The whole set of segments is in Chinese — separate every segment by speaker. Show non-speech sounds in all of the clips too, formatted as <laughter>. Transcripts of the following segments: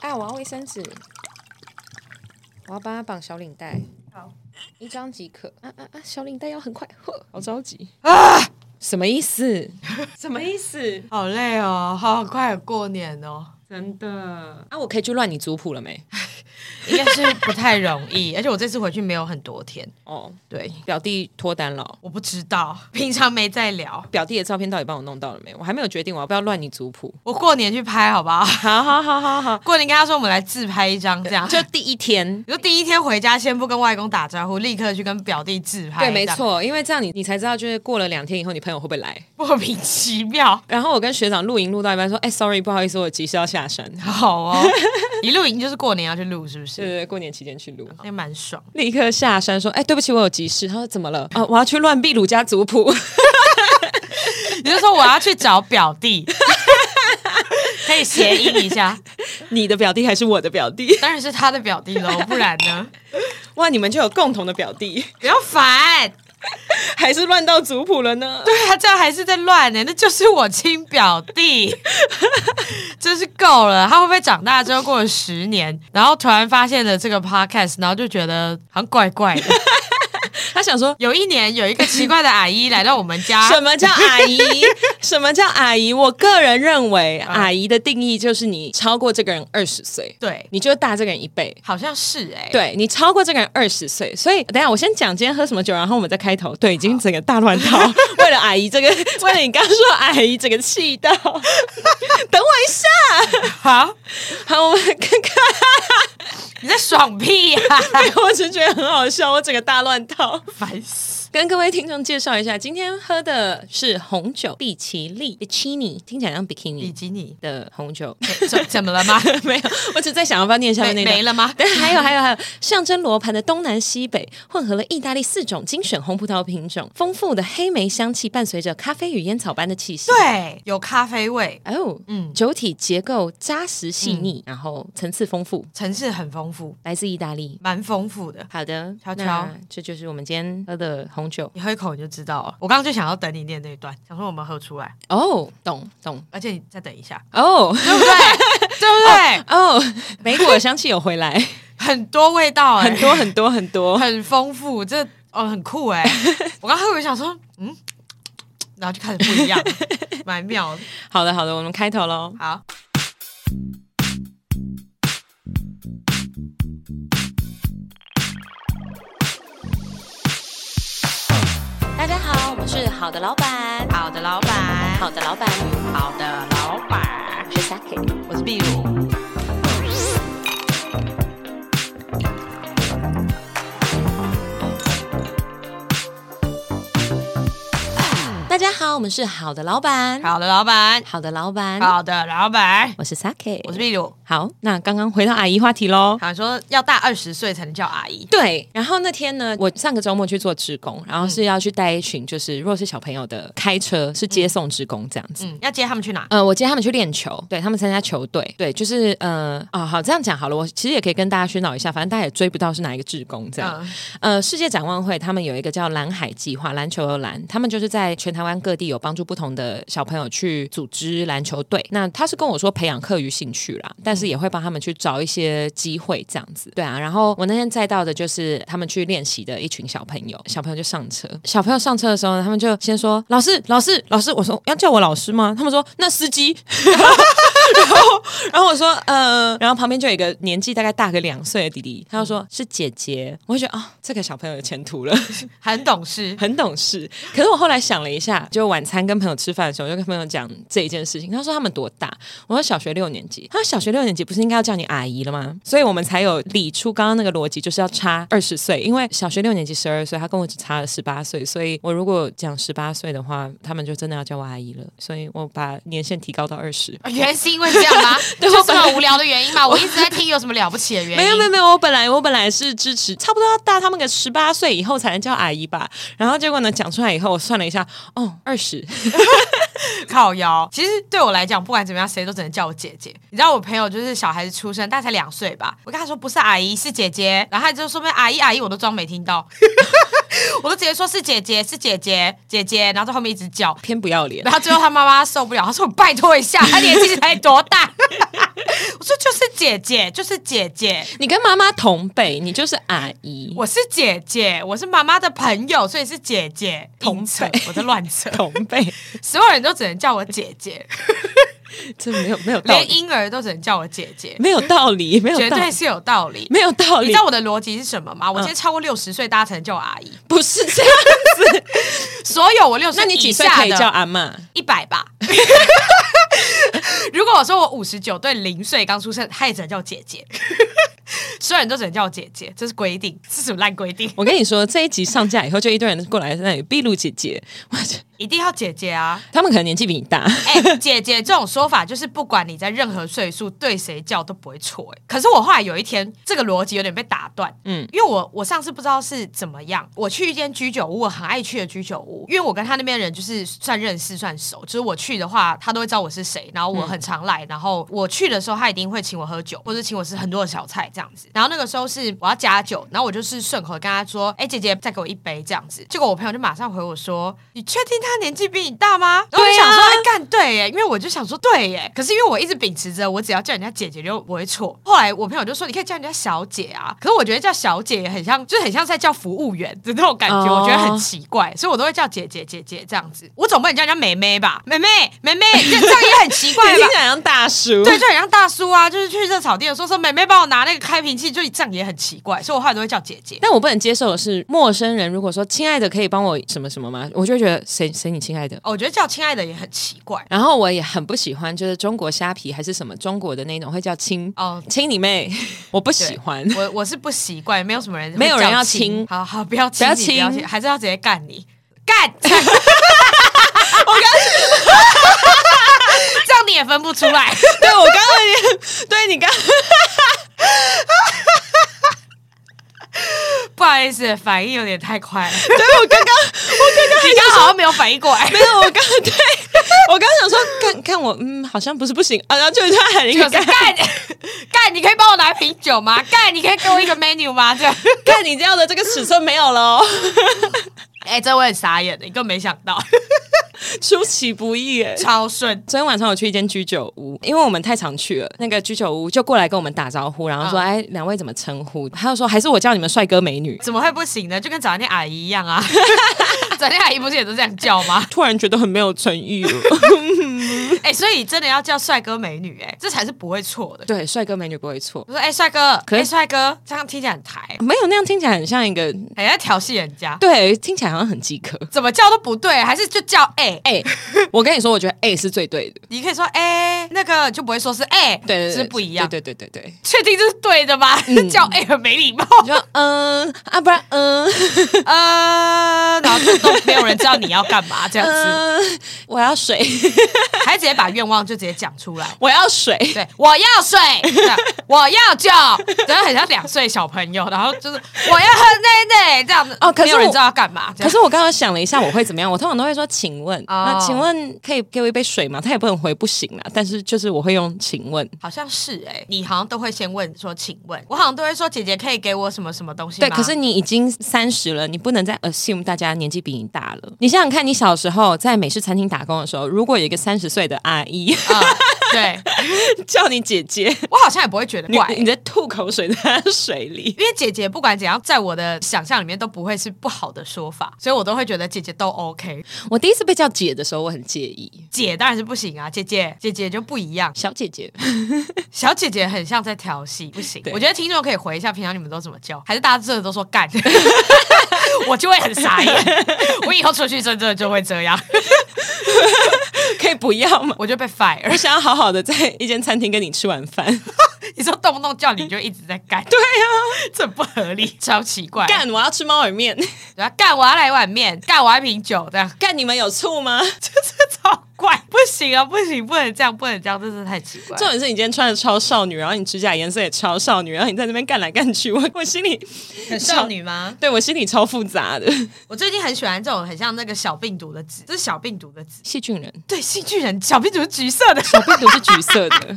Speaker 1: 哎，我要卫生纸，我要帮他绑小领带，
Speaker 2: 好，
Speaker 1: 一张即可。啊啊啊！小领带要很快，呵，好着急啊！什么意思？
Speaker 2: 什么意思？
Speaker 3: 好累哦，好快过年哦，
Speaker 2: 真的，
Speaker 1: 啊，我可以去乱你族谱了没？
Speaker 3: <laughs> 应该是不太容易。而且我这次回去没有很多天，
Speaker 1: 哦，
Speaker 3: 对，
Speaker 1: 表弟脱单了哦。
Speaker 3: 我不知道，平常没在聊。
Speaker 1: 表弟的照片到底帮我弄到了没？我还没有决定我要不要乱你族谱。
Speaker 3: 我过年去拍好不 <laughs> 好？
Speaker 1: 好好好好好，
Speaker 3: 过年跟他说我们来自拍一张，这样就
Speaker 1: 就第一天。
Speaker 3: 你说第一天回家先不跟外公打招呼，立刻去跟表弟自拍，
Speaker 1: 对，没，错，因为这样你你才知道，就是过了两天以后，你朋友会不会来。
Speaker 3: 莫名其妙，
Speaker 1: 然后我跟学长露营录到一半说：“哎、s o r r y 不好意思，我急需要下山。
Speaker 3: 好 <laughs> 哦。一露营就是过年要去录，是不”
Speaker 1: 对
Speaker 3: 是？
Speaker 1: 对对，过年期间去录，
Speaker 3: 那蛮爽。
Speaker 1: 立刻下山说：“哎、对不起，我有急事。”他说：“怎么了？哦，我要去乱避鲁家族谱。 <laughs>
Speaker 3: 你就说我要去找表弟， <laughs> 可以谐音一下，
Speaker 1: 你的表弟还是我的表弟？ <laughs>
Speaker 3: 当然是他的表弟喽，不然呢？
Speaker 1: 哇，你们就有共同的表弟， <laughs>
Speaker 3: 不要烦。
Speaker 1: 还是乱到族谱了呢？
Speaker 3: <laughs> 对啊，这样还是在乱呢、那就是我亲表弟， <laughs> 真是够了。他会不会长大之后过了十年，然后突然发现了这个 podcast，然后就觉得好像怪怪
Speaker 1: <laughs>
Speaker 3: 的？
Speaker 1: 他想说。”
Speaker 3: 有一年有一个奇怪的阿姨来到我们
Speaker 1: <laughs>
Speaker 3: 家，
Speaker 1: 什么叫阿 <laughs> 姨？什么叫阿姨？我个人认为，阿姨的定义就是你超过这个人二十岁，
Speaker 3: 对，
Speaker 1: 你就大这个人一倍。
Speaker 3: 好像是哎、
Speaker 1: 对你超过这个人二十岁，所以等一下我先讲今天喝什么酒，然后我们再开头。对，已经整个大乱套， <laughs> 为了阿姨这个，为了你刚刚说阿姨，整个气 <laughs> 到。等我一下，
Speaker 3: 好，
Speaker 1: 好，我们看看。
Speaker 3: 你在爽屁呀、啊
Speaker 1: 没有我只是觉得很好笑，我整个大乱套。
Speaker 3: <laughs> 烦死！
Speaker 1: 跟各位听众介绍一下，今天喝的是红酒比奇利 （Bikini），听起来像比基
Speaker 3: 比
Speaker 1: 尼
Speaker 3: 基尼
Speaker 1: 的红酒。
Speaker 3: 哎怎怎么了吗？
Speaker 1: <laughs> 没有，我只在想要不要念下
Speaker 3: 没
Speaker 1: 面那段
Speaker 3: 没了
Speaker 1: <laughs>
Speaker 3: 吗？
Speaker 1: 但还有还有还有，象征罗盘的东南西北混合了意大利四种精选红葡萄品种，丰富的黑莓香气伴随着咖啡与烟草般的气息。
Speaker 3: 对，有咖啡味，
Speaker 1: 对，哦，
Speaker 3: 嗯
Speaker 1: 嗯，酒体结构扎实细腻，然后层次丰富，
Speaker 3: 层次很丰富，
Speaker 1: 来自意大利。
Speaker 3: 蛮丰富的。
Speaker 1: 好的，
Speaker 3: 悄悄
Speaker 1: 那这就是我们今天喝的红酒。
Speaker 3: 你喝一口你就知道了。我刚刚就想要等你念那一段，想说我们喝出来，
Speaker 1: 哦，懂懂
Speaker 3: 而且你再等一下，
Speaker 1: 哦
Speaker 3: 对不 <laughs> 对？对不
Speaker 1: <laughs>
Speaker 3: 对？
Speaker 1: 哦，莓果香气有回来，
Speaker 3: 很多味道、欸，
Speaker 1: <laughs> 很多很多很多。
Speaker 3: 很丰富，这哦很酷 <laughs> 哎、我刚喝我就想说，嗯，然后就开始不一 <laughs> 样，蛮妙的。
Speaker 1: <laughs> 好的好的，我们开头喽。
Speaker 3: 好，
Speaker 1: 大家好，我们是好的老板，
Speaker 3: 好的老板，
Speaker 1: 好的老板，
Speaker 3: 好的老板，
Speaker 1: 是 Saki。
Speaker 3: 我是壁炉。
Speaker 1: 大家好，我们是好的老板，
Speaker 3: 好的老板，
Speaker 1: 好的老板，
Speaker 3: 好的老板，
Speaker 1: 我是 Saki，
Speaker 3: 我是壁炉。
Speaker 1: 好。那刚刚回到阿姨话题喽。
Speaker 3: 好像说要大二十岁才能叫阿姨，
Speaker 1: 对，嗯然后那天呢，我上个周末去做志工，然后是要去带一群就是弱势小朋友的开车，是接送志工这样子。
Speaker 3: 嗯，要接他们去哪？
Speaker 1: 呃，我接他们去练球，对他们参加球队，对，就是呃，哦，好，这样讲好了，我其实也可以跟大家宣导一下，反正大家也追不到是哪一个志工这样。
Speaker 3: 嗯
Speaker 1: 呃，世界展望会他们有一个叫蓝海计划，篮球的蓝，他们就是在全台湾各地有帮助不同的小朋友去组织篮球队。那他是跟我说培养课余兴趣啦，但是也会帮他们去找一些机会这样子。对啊，然后我那天载到的就是他们去练习的一群小朋友，小朋友就上车，小朋友上车的时候呢，他们就先说老师，老师，老师，我说要叫我老师吗？他们说那司机。然后，然后我说，呃，然后旁边就有一个年纪大概大个两岁的弟弟，他就说是姐姐，我就觉得啊、这个小朋友有前途了，
Speaker 3: 很懂事，
Speaker 1: 很懂事。可是我后来想了一下，就晚餐跟朋友吃饭的时候，我就跟朋友讲这一件事情，他说他们多大？我说小学六年级。他说小学六年级不是应该要叫你阿姨了吗？所以我们才有理出刚刚那个逻辑，就是要差二十岁，因为小学六年级十二岁，他跟我只差了十八岁，所以我如果讲十八岁的话，他们就真的要叫我阿姨了，所以我把年限提高到二十。
Speaker 3: 啊 <laughs> 原来是因为这样 <laughs> 吗？
Speaker 1: 对
Speaker 3: 就
Speaker 1: 我
Speaker 3: 这
Speaker 1: 本来
Speaker 3: 么无聊的原因吗？我一直在听有什么了不起的原因？
Speaker 1: 没有没有没有，我本来我本来是支持，差不多要大他们个十八岁以后才能叫阿姨吧。然后结果呢，讲出来以后，我算了一下，哦，二十，
Speaker 3: 靠腰。其实对我来讲，不管怎么样，谁都只能叫我姐姐。你知道我朋友就是小孩子出生，大概才两岁吧，我跟他说不是阿姨是姐姐，然后他就说阿姨阿姨，我都装没听到，我都直接说是姐姐是姐姐姐姐，然后在后面一直叫。
Speaker 1: 偏不要脸。
Speaker 3: <laughs> 然后最后他妈妈受不了，他说：“我拜托一下，他年纪才多大？”我说：“就是姐姐，就是姐姐。
Speaker 1: 你跟妈妈同辈，你就是阿
Speaker 3: <laughs>
Speaker 1: 姨。
Speaker 3: 我是姐姐，我是妈妈的朋友，所以是姐姐。
Speaker 1: 同
Speaker 3: 扯
Speaker 1: 辈，，
Speaker 3: 我在乱扯
Speaker 1: 同辈，
Speaker 3: 所有人都只能叫我姐姐，
Speaker 1: 这没有没有道
Speaker 3: 连
Speaker 1: 理，
Speaker 3: 婴儿都只能叫我姐姐，
Speaker 1: 没有道理，没有
Speaker 3: 绝
Speaker 1: 道
Speaker 3: 对
Speaker 1: 理，
Speaker 3: 是有道理。
Speaker 1: 没有道
Speaker 3: 你
Speaker 1: 理嗯
Speaker 3: 知，道我的逻辑是什么吗？我今天超过六十岁，大家才能叫我阿姨。
Speaker 1: 不是这样。
Speaker 3: 所有我六
Speaker 1: <laughs>
Speaker 3: 十，
Speaker 1: 那你几岁可以叫阿妈？
Speaker 3: 一百吧？ <laughs> 如果我说我五十九对零岁刚出生，他也只能叫我姐
Speaker 1: <laughs>
Speaker 3: 姐。所有人都只能叫我姐姐，这是规定，这是什么烂规定？
Speaker 1: 我跟你说，这一集上架以后，就一堆人过来在那里碧露姐姐， <laughs> 我觉得
Speaker 3: 一定要姐姐啊！
Speaker 1: 他们可能年纪比你大。
Speaker 3: 哎、姐姐这种说法就是不管你在任何岁数对谁叫都不会错、哎，可是我后来有一天这个逻辑有点被打断，
Speaker 1: 嗯
Speaker 3: 嗯，因为我我上次不知道是怎么样，我去一间居酒屋，我很爱去的居酒屋，因为我跟他那边人就是算认识算熟，就是我去的话他都会知道我是谁，然后
Speaker 1: 嗯
Speaker 3: 我很常来，然后我去的时候他一定会请我喝酒，或者请我吃很多的小菜这样子。然后那个时候是我要加酒，然后我就是顺口跟他说，哎、姐姐再给我一杯这样子。结果我朋友就马上回我说，你确定他年纪比你大吗？然后我就
Speaker 1: 对啊
Speaker 3: 想说，哎、干对耶，因为我就想说对耶，可是因为我一直秉持着我只要叫人家姐姐就不会错。后来我朋友就说你可以叫人家小姐啊，可是我觉得叫小姐也很像，就是很像在叫服务员的那种感觉，
Speaker 1: 哦
Speaker 3: 我觉得很奇怪，所以我都会叫姐姐姐姐这样子。我总不能叫人家妹妹吧，妹妹妹妹，这这样也很奇怪
Speaker 1: 你听
Speaker 3: 吧
Speaker 1: 起？来像大叔，
Speaker 3: 对，就很像大叔啊，就是去热炒店的时候说妹妹帮我拿那个开瓶器，就这样也很奇怪，所以我后来都会叫姐姐。
Speaker 1: 但我不能接受的是，陌生人如果说“亲爱的，可以帮我什么什么吗？”我就会觉得谁谁你亲爱的。
Speaker 3: 哦我觉得叫亲爱的也很奇怪。
Speaker 1: 然后我也很不喜欢，就是中国虾皮还是什么中国的那种会叫亲
Speaker 3: 哦
Speaker 1: 亲你妹， <laughs> 我不
Speaker 3: 对
Speaker 1: 喜欢。
Speaker 3: 我我是不习惯，没有什么人会
Speaker 1: 没有人要
Speaker 3: 叫
Speaker 1: 亲
Speaker 3: 亲，好好不要亲
Speaker 1: 不要
Speaker 3: 你
Speaker 1: 亲
Speaker 3: 不要亲，还是要直接干你干。 <laughs> 我刚 <laughs> 这样你也分不出来，
Speaker 1: <laughs> 对我刚刚也，对你刚
Speaker 3: 不好意思，反应有点太
Speaker 1: <laughs>
Speaker 3: 快了。
Speaker 1: 对我刚刚
Speaker 3: 你刚刚好像没有反应过来，
Speaker 1: 没有，我刚对我刚想说看看我，嗯，好像不是不行啊，然后就突然喊一
Speaker 3: 就
Speaker 1: 个
Speaker 3: 是
Speaker 1: 干
Speaker 3: 干
Speaker 1: <laughs>
Speaker 3: 干，你可以帮我拿一瓶酒吗？干，你可以给我一个 menu 吗？这样，
Speaker 1: 看你这样的这个尺寸没有了哦，
Speaker 3: 哎、这我很傻眼的，你根本没想到，
Speaker 1: 出其不意哎。
Speaker 3: 超顺。
Speaker 1: 昨天晚上我去一间居酒屋，因为我们太常去了，那个居酒屋就过来跟我们打招呼，然后说：“
Speaker 3: 嗯
Speaker 1: 哎，两位怎么称呼？”还有说：“哎还是我叫你们帅哥美女。”
Speaker 3: 怎么会不行呢？就跟早餐店阿姨一样啊， <laughs> 早餐店阿姨不是也都这样叫吗？
Speaker 1: 突然觉得很没有诚意哦了。
Speaker 3: 哎、所以真的要叫帅哥美女、哎，这才是不会错的。
Speaker 1: <laughs> 对，帅哥美女不会错，
Speaker 3: 我说，哎、帅哥，
Speaker 1: 可
Speaker 3: 可
Speaker 1: 是
Speaker 3: 以，帅哥，这样听起来很抬，
Speaker 1: 没有那样听起来很像一个，
Speaker 3: 很在调戏人家，
Speaker 1: 对，听起来好像很饥渴。
Speaker 3: 怎么叫都不对，还是就叫哎、
Speaker 1: 哎、我跟你说，我觉
Speaker 3: <laughs>
Speaker 1: 得 A 是最对的，
Speaker 3: 你可以说哎、那个就不会说是哎、
Speaker 1: 对对对
Speaker 3: 是不一样。
Speaker 1: 对嗯对对对对。
Speaker 3: 确定这是对的吗？ <laughs> 叫哎、很没礼貌，
Speaker 1: 你说嗯啊，不然
Speaker 3: <laughs>
Speaker 1: 嗯
Speaker 3: 呃，然后就都没有人知道你要干嘛，这样子，
Speaker 1: 嗯，我要水， <laughs>
Speaker 3: 还直接把愿望就直接讲出来。
Speaker 1: 我要水。 <laughs>
Speaker 3: 对，我要水，这样我要酒，真的很像两岁小朋友，然后就是我要喝奶奶这样子。
Speaker 1: 哦可是
Speaker 3: 没有人
Speaker 1: 我
Speaker 3: 知道要干嘛，这
Speaker 1: 可
Speaker 3: 样
Speaker 1: 是我刚刚想了一下，我会怎么样？我通常都会说“请问”，
Speaker 3: 哦
Speaker 1: 那请问可以给我一杯水吗？他也不能回不行啦，但是就是我会用“请问
Speaker 3: 好像是哎、你好像都会先问说，请问，我好像都会说姐姐可以给我什么什么东”。西吗？
Speaker 1: 对，可是你已经三十了，你不能再 assume 大家年纪比你大了。你想想看，你小时候在美式餐厅打工的时候，如果有一个三十岁的阿姨 <laughs>
Speaker 3: 啊、对
Speaker 1: 叫你姐姐，
Speaker 3: 我好像也不会觉得
Speaker 1: 你
Speaker 3: 怪、
Speaker 1: 你在吐口水在她水里。
Speaker 3: 因为姐姐不管怎样，在我的想象里面都不会是不好的说法，所以我都会觉得姐姐都 OK。
Speaker 1: 我第一次被叫姐的时候，我很介意。
Speaker 3: 姐当然是不行啊，姐姐姐姐就不一样，
Speaker 1: 小姐姐， <laughs>
Speaker 3: 小姐姐很像在调戏，不行
Speaker 1: 对。
Speaker 3: 我觉得听众可以回一下，平常你们都怎么叫？还是大家真的都说干？ <laughs> 我就会很
Speaker 1: <laughs>
Speaker 3: 傻眼，我以后出去真的就会这样，
Speaker 1: 可以不要吗？
Speaker 3: 我就被
Speaker 1: <laughs> 我
Speaker 3: fire。
Speaker 1: 想要好好的在一间餐厅跟你吃晚饭。
Speaker 3: 你说动不动叫你就一直在干，
Speaker 1: <laughs> 对啊，
Speaker 3: 这不合理，超奇怪。
Speaker 1: 干！我要吃猫耳面。 <laughs>
Speaker 3: 对啊，干我要来一碗面，干我要一瓶酒，这样
Speaker 1: 干！你们有醋吗？
Speaker 3: 超怪， <laughs> 不行啊，不行，不能这样，不能这样，真是太奇怪了。
Speaker 1: 重点是你今天穿的超少女，然后你指甲颜色也超少女，然后你在那边干来干去，我 <laughs> 我心里
Speaker 3: 很少女吗？
Speaker 1: 对我心里超复杂的。
Speaker 3: 我最近很喜欢这种很像那个小病毒的纸，这是小病毒的纸。
Speaker 1: 细菌人，
Speaker 3: 对，细菌人，小病毒是橘色的。
Speaker 1: 小病毒是橘色 <laughs> 的。
Speaker 3: <laughs>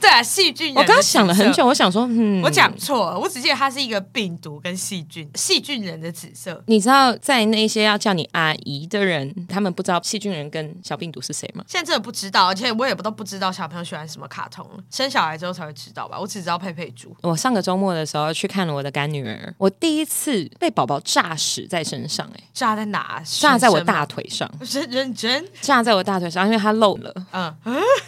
Speaker 3: 对啊，细菌人。
Speaker 1: 我刚刚想了很久，，我想说，嗯，
Speaker 3: 我讲错了，我只记得它是一个病毒跟细菌，细菌人的紫色。
Speaker 1: 你知道，在那些要叫你阿姨的人，他们不知道细菌人跟小病毒是谁吗？
Speaker 3: 现在真的不知道，而且我也不都不知道小朋友喜欢什么卡通了，生小孩之后才会知道吧。我只知道佩佩猪，
Speaker 1: 我上个周末的时候去看了我的干女儿，我第一次被宝宝炸死在身上、哎，
Speaker 3: 炸在哪？
Speaker 1: 炸在我大腿上，
Speaker 3: 是认真，
Speaker 1: 炸在我大腿上，因为它漏了，
Speaker 3: 嗯，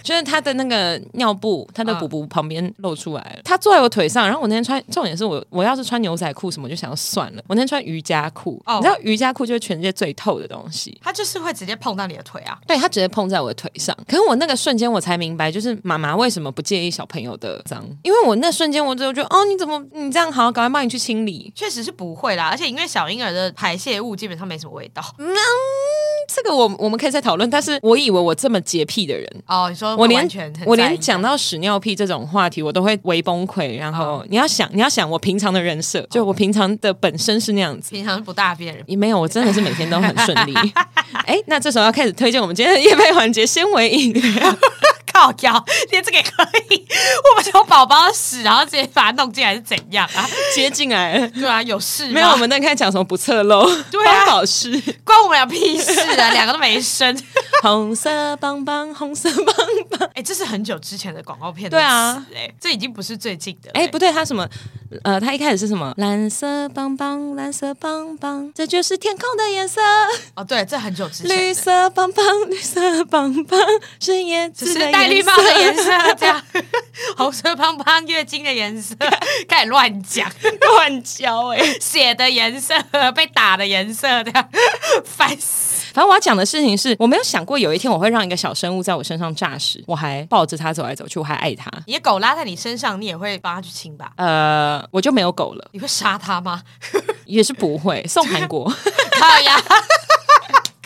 Speaker 1: 就是她的那个尿布，她的补补旁边露出来
Speaker 3: 嗯
Speaker 1: 了，她坐在我腿上。然后我那天穿，重点是我我要是穿牛仔裤什么，我就想要算了。我那天穿瑜伽裤，
Speaker 3: 哦
Speaker 1: 你知道瑜伽裤就是全世界最透的东西，
Speaker 3: 它就是会直接碰到你的腿啊。
Speaker 1: 对他直接碰在我的腿上，可是我那个瞬间我才明白，就是妈妈为什么不介意小朋友的脏，因为我那瞬间我就觉得，哦，你怎么你这样好，赶快帮你去清理。
Speaker 3: 确实是不会啦，而且因为小婴儿的排泄物基本上没什么味道
Speaker 1: 嗯这个我我们可以再讨论，但是我以为我这么洁癖的人，
Speaker 3: 哦。你说
Speaker 1: 我连
Speaker 3: 完全很
Speaker 1: 我
Speaker 3: 在
Speaker 1: 连
Speaker 3: 意
Speaker 1: 讲到屎尿屁这种话题，我都会微崩溃。然后你要想，你要想我平常的人设，就我平常的本身是那样子。
Speaker 3: 平常不大便的人， <laughs>
Speaker 1: 也没有，我真的是每天都很顺利。哎，那这时候要开始推荐我们今天的夜配环节——纤维饮料。
Speaker 3: 靠腰，连这个也可以。 <laughs> 我们有宝宝屎，然后直接把它弄进来是怎样啊？
Speaker 1: 接进来了，
Speaker 3: 对啊，有事吗
Speaker 1: 没有，我们在开始讲什么不测漏，
Speaker 3: 对啊
Speaker 1: <laughs> 帮宝适。
Speaker 3: 关我们俩屁事啊， <laughs> 两个都没生。
Speaker 1: 红色棒棒，红色棒棒。
Speaker 3: 哎、这是很久之前的广告片的
Speaker 1: 对啊
Speaker 3: 词哎、这已经不是最近的了
Speaker 1: 哎、不对，他什么？呃，他一开始是什么？蓝色棒棒，蓝色棒棒，这就是天空的颜 <laughs> 色。
Speaker 3: 哦，对，这很久之前的
Speaker 1: 绿，色棒棒，绿色棒棒，是叶
Speaker 3: 只
Speaker 1: 子
Speaker 3: 是
Speaker 1: 的
Speaker 3: 戴绿
Speaker 1: 颜色
Speaker 3: 帽的颜色，这样 <laughs> 红色胖胖月经的颜 <laughs> 色，开始 <laughs> 乱欸讲，
Speaker 1: 乱教哎、
Speaker 3: 血的颜色，被打的颜色，这样烦死。
Speaker 1: <laughs> 反正我要讲的事情是，我没有想过有一天我会让一个小生物在我身上诈死，我还抱着它走来走去，我还爱它。
Speaker 3: 你的狗拉在你身上，你也会帮它去亲吧？
Speaker 1: 呃，我就没有狗了，
Speaker 3: 你会杀它吗？
Speaker 1: 也是不 <laughs> 会送韩国。
Speaker 3: 靠呀， <laughs>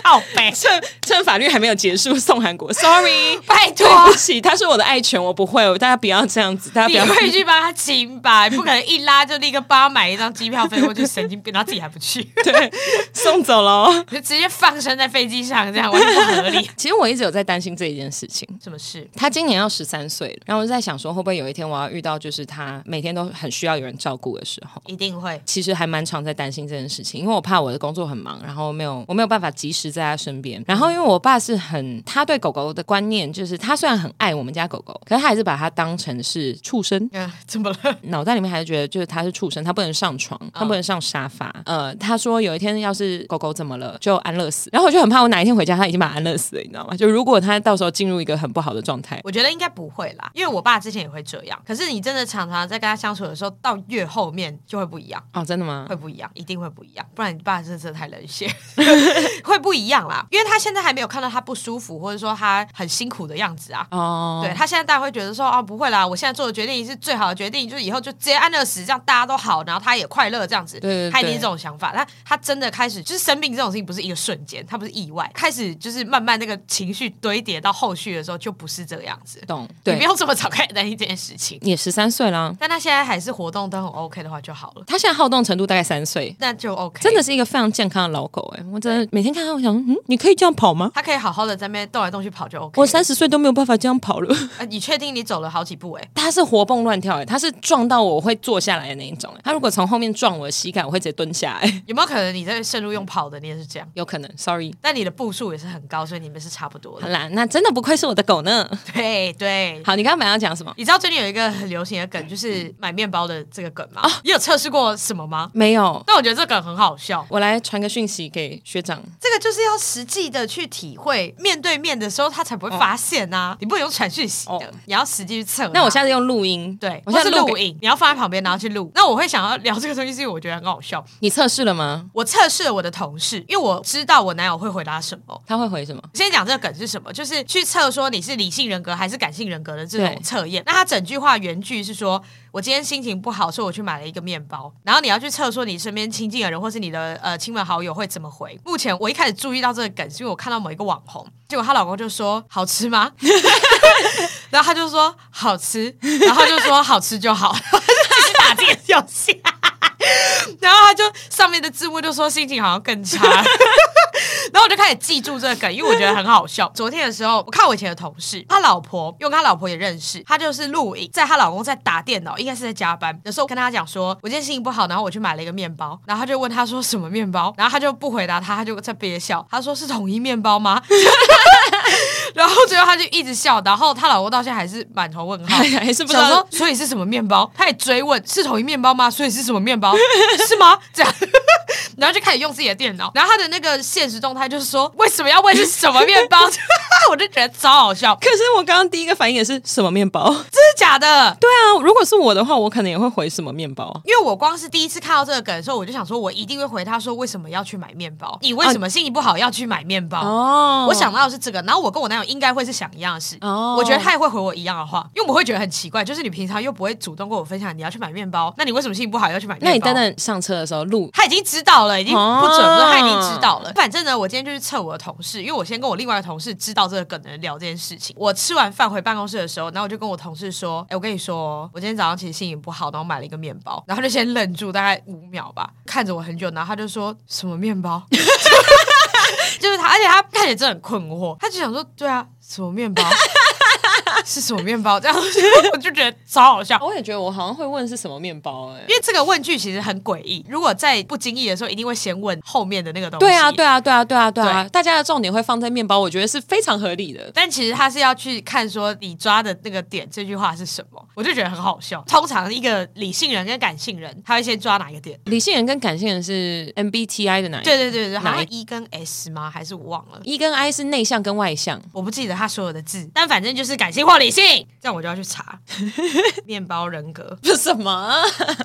Speaker 3: 靠北，
Speaker 1: 趁趁法律还没有结束，送韩国，sorry，
Speaker 3: <laughs> 拜
Speaker 1: <laughs>
Speaker 3: 托。
Speaker 1: 对不 <laughs> 起，他是我的爱犬，我不会，大家不要这样子，大家不
Speaker 3: 你
Speaker 1: 要。
Speaker 3: 会去帮他亲吧？你不可能一拉就立刻帮他买一张机票飞过去，神经病，他自己还不去，
Speaker 1: 对，送走哦喽。
Speaker 3: 就 <laughs> 直接放生在飞机上，这样完全不合理。
Speaker 1: 其实我一直有在担心这一件事情。
Speaker 3: <laughs> 什么事？
Speaker 1: 他今年要十三岁了，然后我就在想说，会不会有一天我要遇到，就是他每天都很需要有人照顾的时候。
Speaker 3: 一定会。
Speaker 1: 其实还蛮常在担心这件事情，因为我怕我的工作很忙，然后没有我没有办法及时在他身边。然后因为我爸是很他对狗狗的观念，就是他虽然很爱我们家狗狗，可是他还是把它当成是畜生，
Speaker 3: 嗯、怎么了？
Speaker 1: 脑袋里面还是觉得就是它是畜生，它不能上床，它不能上沙发。嗯呃，他说有一天要是狗狗怎么了，就安乐死。然后我就很怕我哪一天回家，它已经把它安乐死了，你知道吗？就如果它到时候进入一个很不好的状态，
Speaker 3: 我觉得应该不会啦，因为我爸之前也会这样。可是你真的常常在跟他相处的时候，到越后面就会不一样，
Speaker 1: 哦，真的吗？
Speaker 3: 会不一样，一定会不一样。不然你爸真的是太冷
Speaker 1: <laughs>
Speaker 3: 血， <laughs> 会不一样啦。因为他现在还没有看到他不舒服，或者说他很辛苦的样子啊。
Speaker 1: 哦，
Speaker 3: 对他现在大家会觉得说哦不会啦，我现在做的决定是最好的决定，就是以后就直接安乐死，这样大家都好，然后他也快乐这样子。
Speaker 1: 对对对
Speaker 3: 他一定是这种想法。那他真的开始就是生病这种事情不是一个瞬间，他不是意外，开始就是慢慢那个情绪堆叠到后续的时候就不是这个样子。
Speaker 1: 懂，
Speaker 3: 你
Speaker 1: 对，
Speaker 3: 不用这么早开始担心这件事
Speaker 1: <laughs>
Speaker 3: 情。
Speaker 1: 也十三岁啦，
Speaker 3: 但他现在还是活动都很 OK 的话就好了，
Speaker 1: 它现在好动程度大概三岁。
Speaker 3: 那就 OK。
Speaker 1: 真的。是一个非常健康的老狗哎、我真的每天看它，我想说，嗯，你可以这样跑 <laughs> 吗？
Speaker 3: 他可以好好的在那边动来动去跑就 OK 了。
Speaker 1: 我三十岁都没有办法这样跑了。
Speaker 3: 呃，你确定你走了好几步、欸？
Speaker 1: 它是活蹦乱跳哎、它是撞到我会坐下来的那一种、欸。它如果从后面撞我的膝盖，我会直接蹲下来、
Speaker 3: 有没有可能你在渗入用跑的，你也是这样？
Speaker 1: 有可能，sorry。
Speaker 3: 但你的步数也是很高，所以你们是差不多
Speaker 1: 好 <laughs>
Speaker 3: 的。
Speaker 1: 啦，那真的不愧是我的狗呢。
Speaker 3: 对对。
Speaker 1: 好，你刚刚本来要讲什么？
Speaker 3: 你知道最近有一个很流行的梗，
Speaker 1: 嗯
Speaker 3: 就是买面包的这个梗
Speaker 1: 啊
Speaker 3: 吗？你有测试过什么吗？
Speaker 1: 没有，
Speaker 3: 但我觉得这个梗很好笑，
Speaker 1: 我来传个讯息给学长。
Speaker 3: 这个就是要实际的去体会，面对面的时候他才不会发现呐、你不能用传讯息的
Speaker 1: 哦，
Speaker 3: 你要实际去测它。
Speaker 1: 那我现在用录音，
Speaker 3: 对，
Speaker 1: 我
Speaker 3: 或
Speaker 1: 现
Speaker 3: 是
Speaker 1: 在
Speaker 3: 录
Speaker 1: 给。嗯
Speaker 3: 影，你要放在旁边，然后去录。那我会想要聊这个东西，是因为我觉得很好笑。
Speaker 1: 你测试了吗？
Speaker 3: 我测试了我的同事，因为我知道我男友会回答什么。
Speaker 1: 他会回什么？
Speaker 3: 先讲这个梗是什么，就是去测说你是理性人格还是感性人格的这
Speaker 1: 对
Speaker 3: 种测验。那他整句话原句是说，我今天心情不好，所以我去买了一个面包。然后你要去测说你身边亲近的人或是你的呃亲朋好友会怎么回。目前我一开始注意到这个梗，是因为我看到某一个网红，结果她老公就说好吃吗？ <laughs> 然后她就说好吃，然后她就说好吃就好， <laughs> 就是打这个游戏。 <laughs> 然后他就上面的字幕就说心情好像更差，然后后我就开始记住这个梗，因为我觉得很好笑。昨天的时候，我看我以前的同事，他老婆，因为我跟他老婆也认识，他就是录影，在她老公在打电脑，应该是在加班的时候，跟他讲说，我今天心情不好，然后我去买了一个面包，然后他就问他说什么面包，然后他就不回答他，他就在憋笑，他说是统一面包吗？ <laughs> 然后最后他就一直笑，然后她老公到现在还是满头问号，
Speaker 1: 还是不知
Speaker 3: 想
Speaker 1: 道
Speaker 3: 说，所以是什么面包？他也追问是统一面包吗？所以是什么
Speaker 1: <laughs>
Speaker 3: 面包？是吗？这样， <laughs> 然后就开始用自己的电脑，然后他的那个现实动态就是说为什么要问是什么
Speaker 1: <laughs>
Speaker 3: 面包？我就觉得超好笑，
Speaker 1: 可是我刚刚第一个反应也是什么面包？对
Speaker 3: 真的假的？
Speaker 1: 啊，如果是我的话，我可能也会回什么面包啊？
Speaker 3: 因为我光是第一次看到这个梗的时候，我就想说，我一定会回他说为什么要去买面包？你为什么心情不好要去买面包？
Speaker 1: 哦
Speaker 3: 我想到的是这个，然后我跟我男友应该会是想一样的事。
Speaker 1: 哦
Speaker 3: 我觉得他也会回我一样的话，因为我们会觉得很奇怪，就是你平常又不会主动跟我分享你要去买面包，那你为什么心情不好要去买面包？
Speaker 1: 那你等等上车的时候录
Speaker 3: 他已经知道了，已经不准
Speaker 1: 哦
Speaker 3: 了，他已经知道了。反正呢，我今天就是蹭我的同事，因为我先跟我另外一个同事知道这个梗的人聊这件事情。我吃完饭回办公室的时候，然后我就跟我同事说：“哎、我跟你说哦，我今天早上其实心情不好，然后买了一个面包。”然后他就先愣住，大概五秒吧，看着我很久，然后他就说：“什么面包？”就是他，而且他看起来真的很困惑，他就想说：“对啊，什么面包？” <laughs> 是什么面包？这样 <laughs> 我就觉得超好笑。
Speaker 1: 我也觉得我好像会问是什么面包哎、
Speaker 3: 因为这个问句其实很诡异，如果在不经意的时候，一定会先问后面的那个东西。
Speaker 1: 对啊，对。啊，对啊，对啊，对啊！
Speaker 3: 对
Speaker 1: 大家的重点会放在面包，我觉得是非常合理的。
Speaker 3: 但其实他是要去看说你抓的那个点，这句话是什么，我就觉得很好笑。通常一个理性人跟感性人，他会先抓哪一个点？
Speaker 1: 理性人跟感性人是 MBTI 的哪一个？
Speaker 3: 对对对对，好
Speaker 1: 哪
Speaker 3: 像
Speaker 1: 一
Speaker 3: E 跟 S 吗？还是我忘了。
Speaker 1: ，E 跟 I 是内向跟外向。
Speaker 3: 我不记得他所有的字，但反正就是感性或理性，这样我就要去查 <laughs> 面包人格，
Speaker 1: 这什么？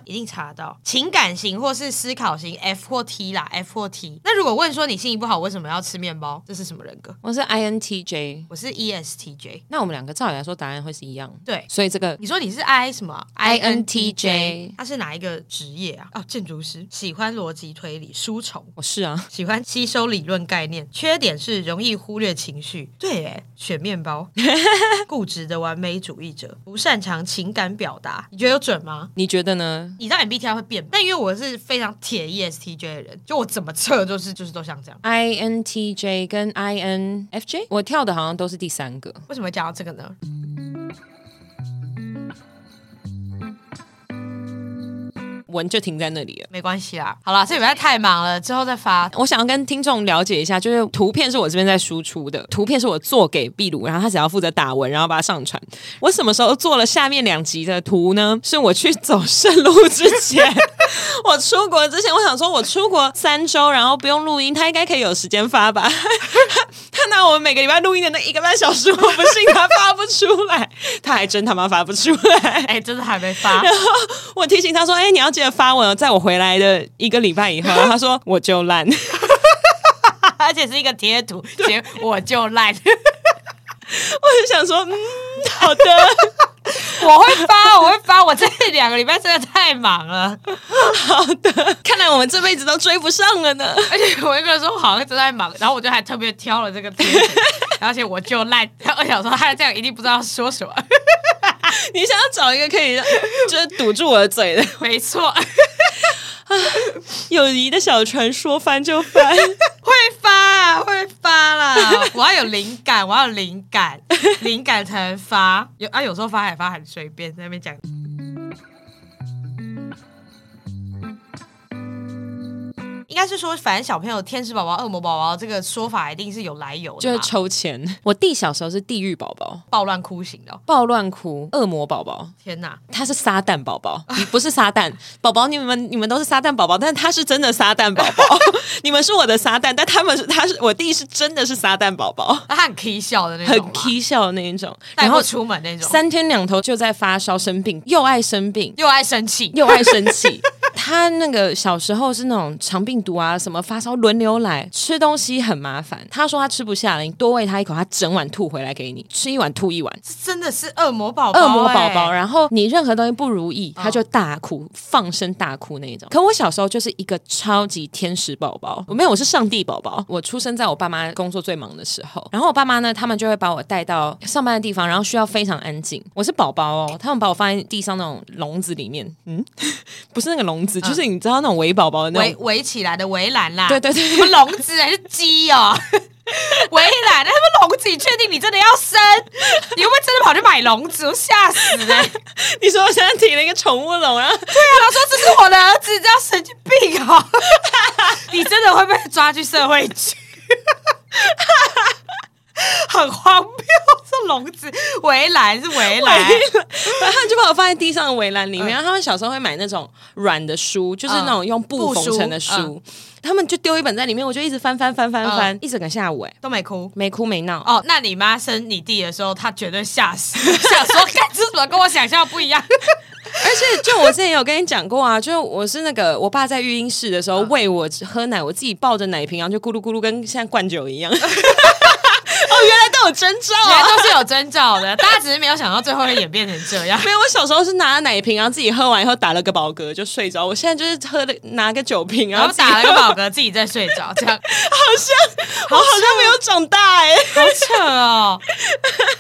Speaker 3: 一定查得到情感型或是思考型 F 或 T 啦，F 或 T。那如果问说你心情不好，为什么要吃面包？这是什么人格？
Speaker 1: <laughs> 我是 INTJ，
Speaker 3: 我是 E ESTJ。
Speaker 1: 那我们两个照理来说答案会是一样，
Speaker 3: 对，
Speaker 1: 所以这个
Speaker 3: 你说你是 I 什么啊
Speaker 1: INTJ
Speaker 3: 他是哪一个职业啊？哦，建筑师，喜欢逻辑推理，书虫。
Speaker 1: 我是啊， <laughs>
Speaker 3: 喜欢吸收理论概念，缺点是容易忽略情绪。对，哎，选面包， <laughs> 固执的完美主义者，不擅长情感表达。你觉得有准吗？
Speaker 1: 你觉得呢？
Speaker 3: 你知道 MBTI 会变，但因为我是非常铁 E ESTJ 的人，就我怎么测就是就是都像这样。
Speaker 1: INTJ 跟 INFJ，我跳的好像都是第三个。
Speaker 3: 为什么会讲到这个呢？
Speaker 1: 文就停在那里了。
Speaker 3: 没关系啦，好啦，这礼拜太忙了，之后再发。
Speaker 1: 我想要跟听众了解一下，就是图片是我这边在输出的，图片是我做给壁炉，然后他只要负责打文，然后把它上传。我什么时候做了下面两集的图呢？是我去走圣路之前，我出国之前，我想说我出国三周，然后不用录音，他应该可以有时间发吧？他拿我们每个礼拜录音的那一个半小时，我不信他发不出来，他还真他妈发不出来。
Speaker 3: 哎、真的还没发。
Speaker 1: 我提醒他说：“哎、你要记得发文哦，在我回来的一个礼拜以后。”他说：“我就烂。”
Speaker 3: 而且是一个贴图，结我就烂，
Speaker 1: 我就想说，嗯，好的，
Speaker 3: 我会发，我会发，我这两个礼拜真的太忙了，
Speaker 1: 好的。 <laughs> 看来我们这辈子都追不上了呢。
Speaker 3: 而且我一个人说我好像真的在忙，然后我就还特别挑了这个贴图， <laughs> 而且我就烂，然后我想说他这样一定不知道说什么，
Speaker 1: <laughs> 你想要找一个可以让就是堵住我的嘴的 <laughs>
Speaker 3: 没错，
Speaker 1: 友谊的小船，说翻就翻。
Speaker 3: 会发会发啦，我要有灵感，我要有灵感， <laughs> 灵感才能发，有啊有时候发还发很随便，在那边讲。应该是说，反正小朋友天使宝宝、恶魔宝宝这个说法一定是有来由
Speaker 1: <laughs> 就
Speaker 3: 的
Speaker 1: 是
Speaker 3: 嘛，
Speaker 1: 抽签。我弟小时候是地狱宝宝，
Speaker 3: 暴乱哭型的哦、
Speaker 1: 暴乱哭，恶魔宝宝。
Speaker 3: 天哪！
Speaker 1: 他是撒旦宝 <laughs> 宝，你不是撒旦宝宝，你们你们都是撒旦宝宝，但他是真的撒旦宝 <laughs> 宝，你们是我的撒旦，但他们是他是我弟是真的是撒旦宝宝，
Speaker 3: 那他很 k 笑的那种
Speaker 1: 很
Speaker 3: 吗，
Speaker 1: k 笑的那一种，
Speaker 3: 带
Speaker 1: 然
Speaker 3: 不
Speaker 1: 后
Speaker 3: 出门那种，
Speaker 1: 三天两头就在发烧生病，又爱生病，
Speaker 3: 又爱生气，
Speaker 1: 又爱生气。他那个小时候是那种肠病毒啊，什么发烧轮流来，吃东西很麻烦。他说他吃不下了，你多喂他一口，他整碗吐回来给你，吃一碗吐一碗。
Speaker 3: 真的是恶魔宝宝、
Speaker 1: 恶魔宝宝，
Speaker 3: 哎
Speaker 1: 然后你任何东西不如意，他就大哭，放声大哭那种。可我小时候就是一个超级天使宝宝，我没有，我是上帝宝宝。我出生在我爸妈工作最忙的时候，然后我爸妈呢，他们就会把我带到上班的地方，然后需要非常 <laughs> 安静。我是宝宝哦，他们把我放在地上那种笼子里面，嗯，不是那个笼子，子，就是你知道那种围宝宝的那
Speaker 3: 围
Speaker 1: 种，
Speaker 3: 围起来的围栏啦，
Speaker 1: 对对对 <laughs>
Speaker 3: 什么笼子还是鸡 <laughs> 哦。围栏，那他们笼子，你确定你真的要生？你会不会真的跑去买笼子？我吓死了、
Speaker 1: 你说我现在提了一个宠物笼，然后
Speaker 3: 对啊，他说这是我的儿子，这样神经病 <laughs> 哦！你真的会被抓去社会局， <laughs> 很荒谬。是笼子围栏是围栏，
Speaker 1: 然后他们就把我放在地上的围栏
Speaker 3: 嗯
Speaker 1: 里面。然后他们小时候会买那种软的书，就是那种用布
Speaker 3: 布
Speaker 1: 缝
Speaker 3: 书嗯
Speaker 1: 成的书，他们就丢一本在里面，我就一直翻翻翻翻翻，一整个下午，哎，
Speaker 3: 都没哭。
Speaker 1: 没哭没闹。
Speaker 3: 哦，那你妈生你弟的时候，她绝对吓死，想说，看这怎么跟我想象不一 <laughs> 样？
Speaker 1: 而且就我之前有跟你讲过啊，就我是那个我爸在育婴室的时候喂我喝奶，我自己抱着奶瓶，然后就咕噜咕噜，跟现在灌酒
Speaker 3: <laughs>
Speaker 1: 一样。哦，原来都有征兆
Speaker 3: 原
Speaker 1: 啊！
Speaker 3: 来都是有征兆的，大家只是没有想到最后会演变成这样。
Speaker 1: 没有，我小时候是拿奶瓶，然后自己喝完以后打了个饱嗝就睡着。我现在就是喝了拿个酒瓶，然
Speaker 3: 然
Speaker 1: 后
Speaker 3: 后
Speaker 1: 自己
Speaker 3: 打了个
Speaker 1: 喝
Speaker 3: 饱嗝，自己在睡着，这样
Speaker 1: <laughs> 我好像没有长大哎、
Speaker 3: 好扯哦！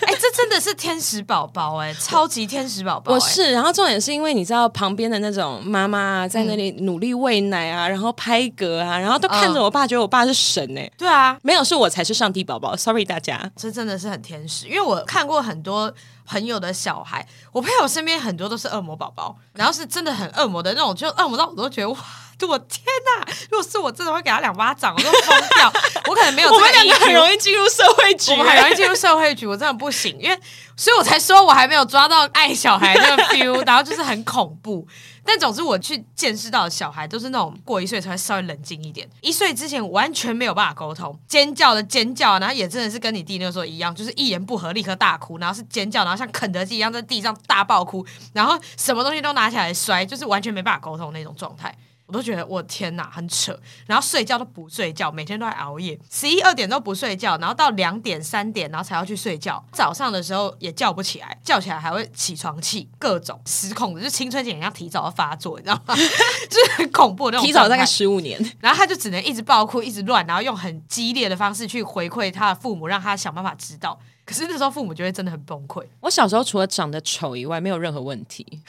Speaker 3: 哎、这真的是天使宝宝哎，超级天使宝宝、哎
Speaker 1: 我是，然后重点是因为你知道旁边的那种妈妈啊在那里努力喂奶啊，然后拍嗝啊，然后都看着我爸，觉得我爸是神哎、
Speaker 3: 对啊，
Speaker 1: 没有，是我才是上帝宝宝，sorry 大家。
Speaker 3: 这真的是很天使，因为我看过很多朋友的小孩，我朋友身边很多都是恶魔宝宝，然后是真的很恶魔的那种，就恶魔到我都觉得哇。我天呐！如果是我，真的会给他两巴掌，我都疯掉。我可能没有
Speaker 1: 我
Speaker 3: 这个
Speaker 1: 们两个
Speaker 3: EQ
Speaker 1: 很容易进入社会局、欸
Speaker 3: 我们很容易进入社会局，我真的不行，因为所以我才说我还没有抓到爱小孩那个 feel，然后就是很恐怖。但总之我去见识到的小孩都是那种过一岁才会稍微冷静一点，一岁之前完全没有办法沟通，尖叫的尖叫，啊然后也真的是跟你弟那个时候一样，就是一言不合立刻大哭，然后是尖叫，然后像肯德基一样在地上大爆哭，然后什么东西都拿起来摔，就是完全没办法沟通那种状态。我都觉得我天哪，很扯。然后睡觉都不睡觉，每天都在熬夜，十一二点都不睡觉，然后到两点三点，然后才要去睡觉。早上的时候也叫不起来，叫起来还会起床气，各种失控的，就青春期很像提早要发作，你知道吗？ <laughs> 就是很恐怖的那种。
Speaker 1: 欸 <laughs> 提早大概。十五年，
Speaker 3: 然后他就只能一直暴哭，一直乱，然后用很激烈的方式去回馈他的父母，让他想办法知道。可是那时候父母就会真的很崩溃。
Speaker 1: <laughs> 我小时候除了长得丑以外，没有任何问题。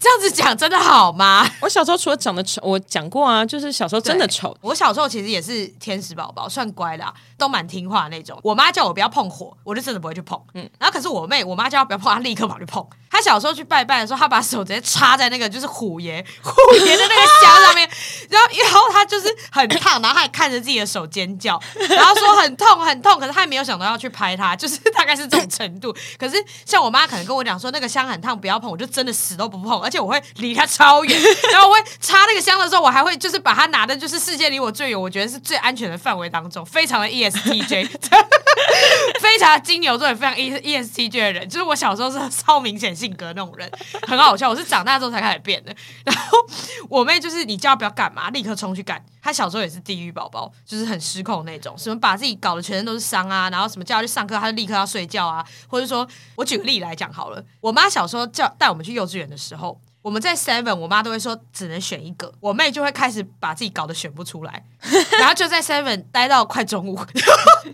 Speaker 3: 这样子讲真的好吗？
Speaker 1: 我小时候除了长得丑，我讲过啊，就是小时候真的丑， <laughs>
Speaker 3: 我小时候其实也是天使宝宝，算乖啦，都蛮听话那种。我妈叫我不要碰火，我就真的不会去碰。嗯，然后可是我妹，我妈叫她不要碰，她立刻跑去碰。她小时候去拜拜的时候，她把手直接插在那个就是虎爷虎爷的那个香上面，然后然后她就是很烫，然后她还看着自己的手尖叫，然后说很痛很痛，可是她也没有想到要去拍它，就是大概是这种程度。可是像我妈可能跟我讲说那个香很烫，不要碰，我就真的死都不碰，而且我会离它超远，然后我会插那个香的时候，我还会就是把它拿的，就是世界离我最远，我觉得是最安全的范围当中，非常的 E ESTJ，非 <laughs> 常金牛座也非常 E ESTJ 的人，就是我小时候是超明显性格那种人，很好笑。我是长大之后才开始变的。然后我妹就是你叫她不要干嘛，立刻冲去干。她小时候也是地狱宝宝，就是很失控那种，什么把自己搞得全身都是伤啊，然后什么叫她去上课，她就立刻要睡觉啊，或者说，我举个例来讲好了，我妈小时候叫带我们去幼稚园的时候。我们在 Seven，我妈都会说只能选一个，我妹就会开始把自己搞得选不出来，然后就在 Seven <laughs> 待到快中午，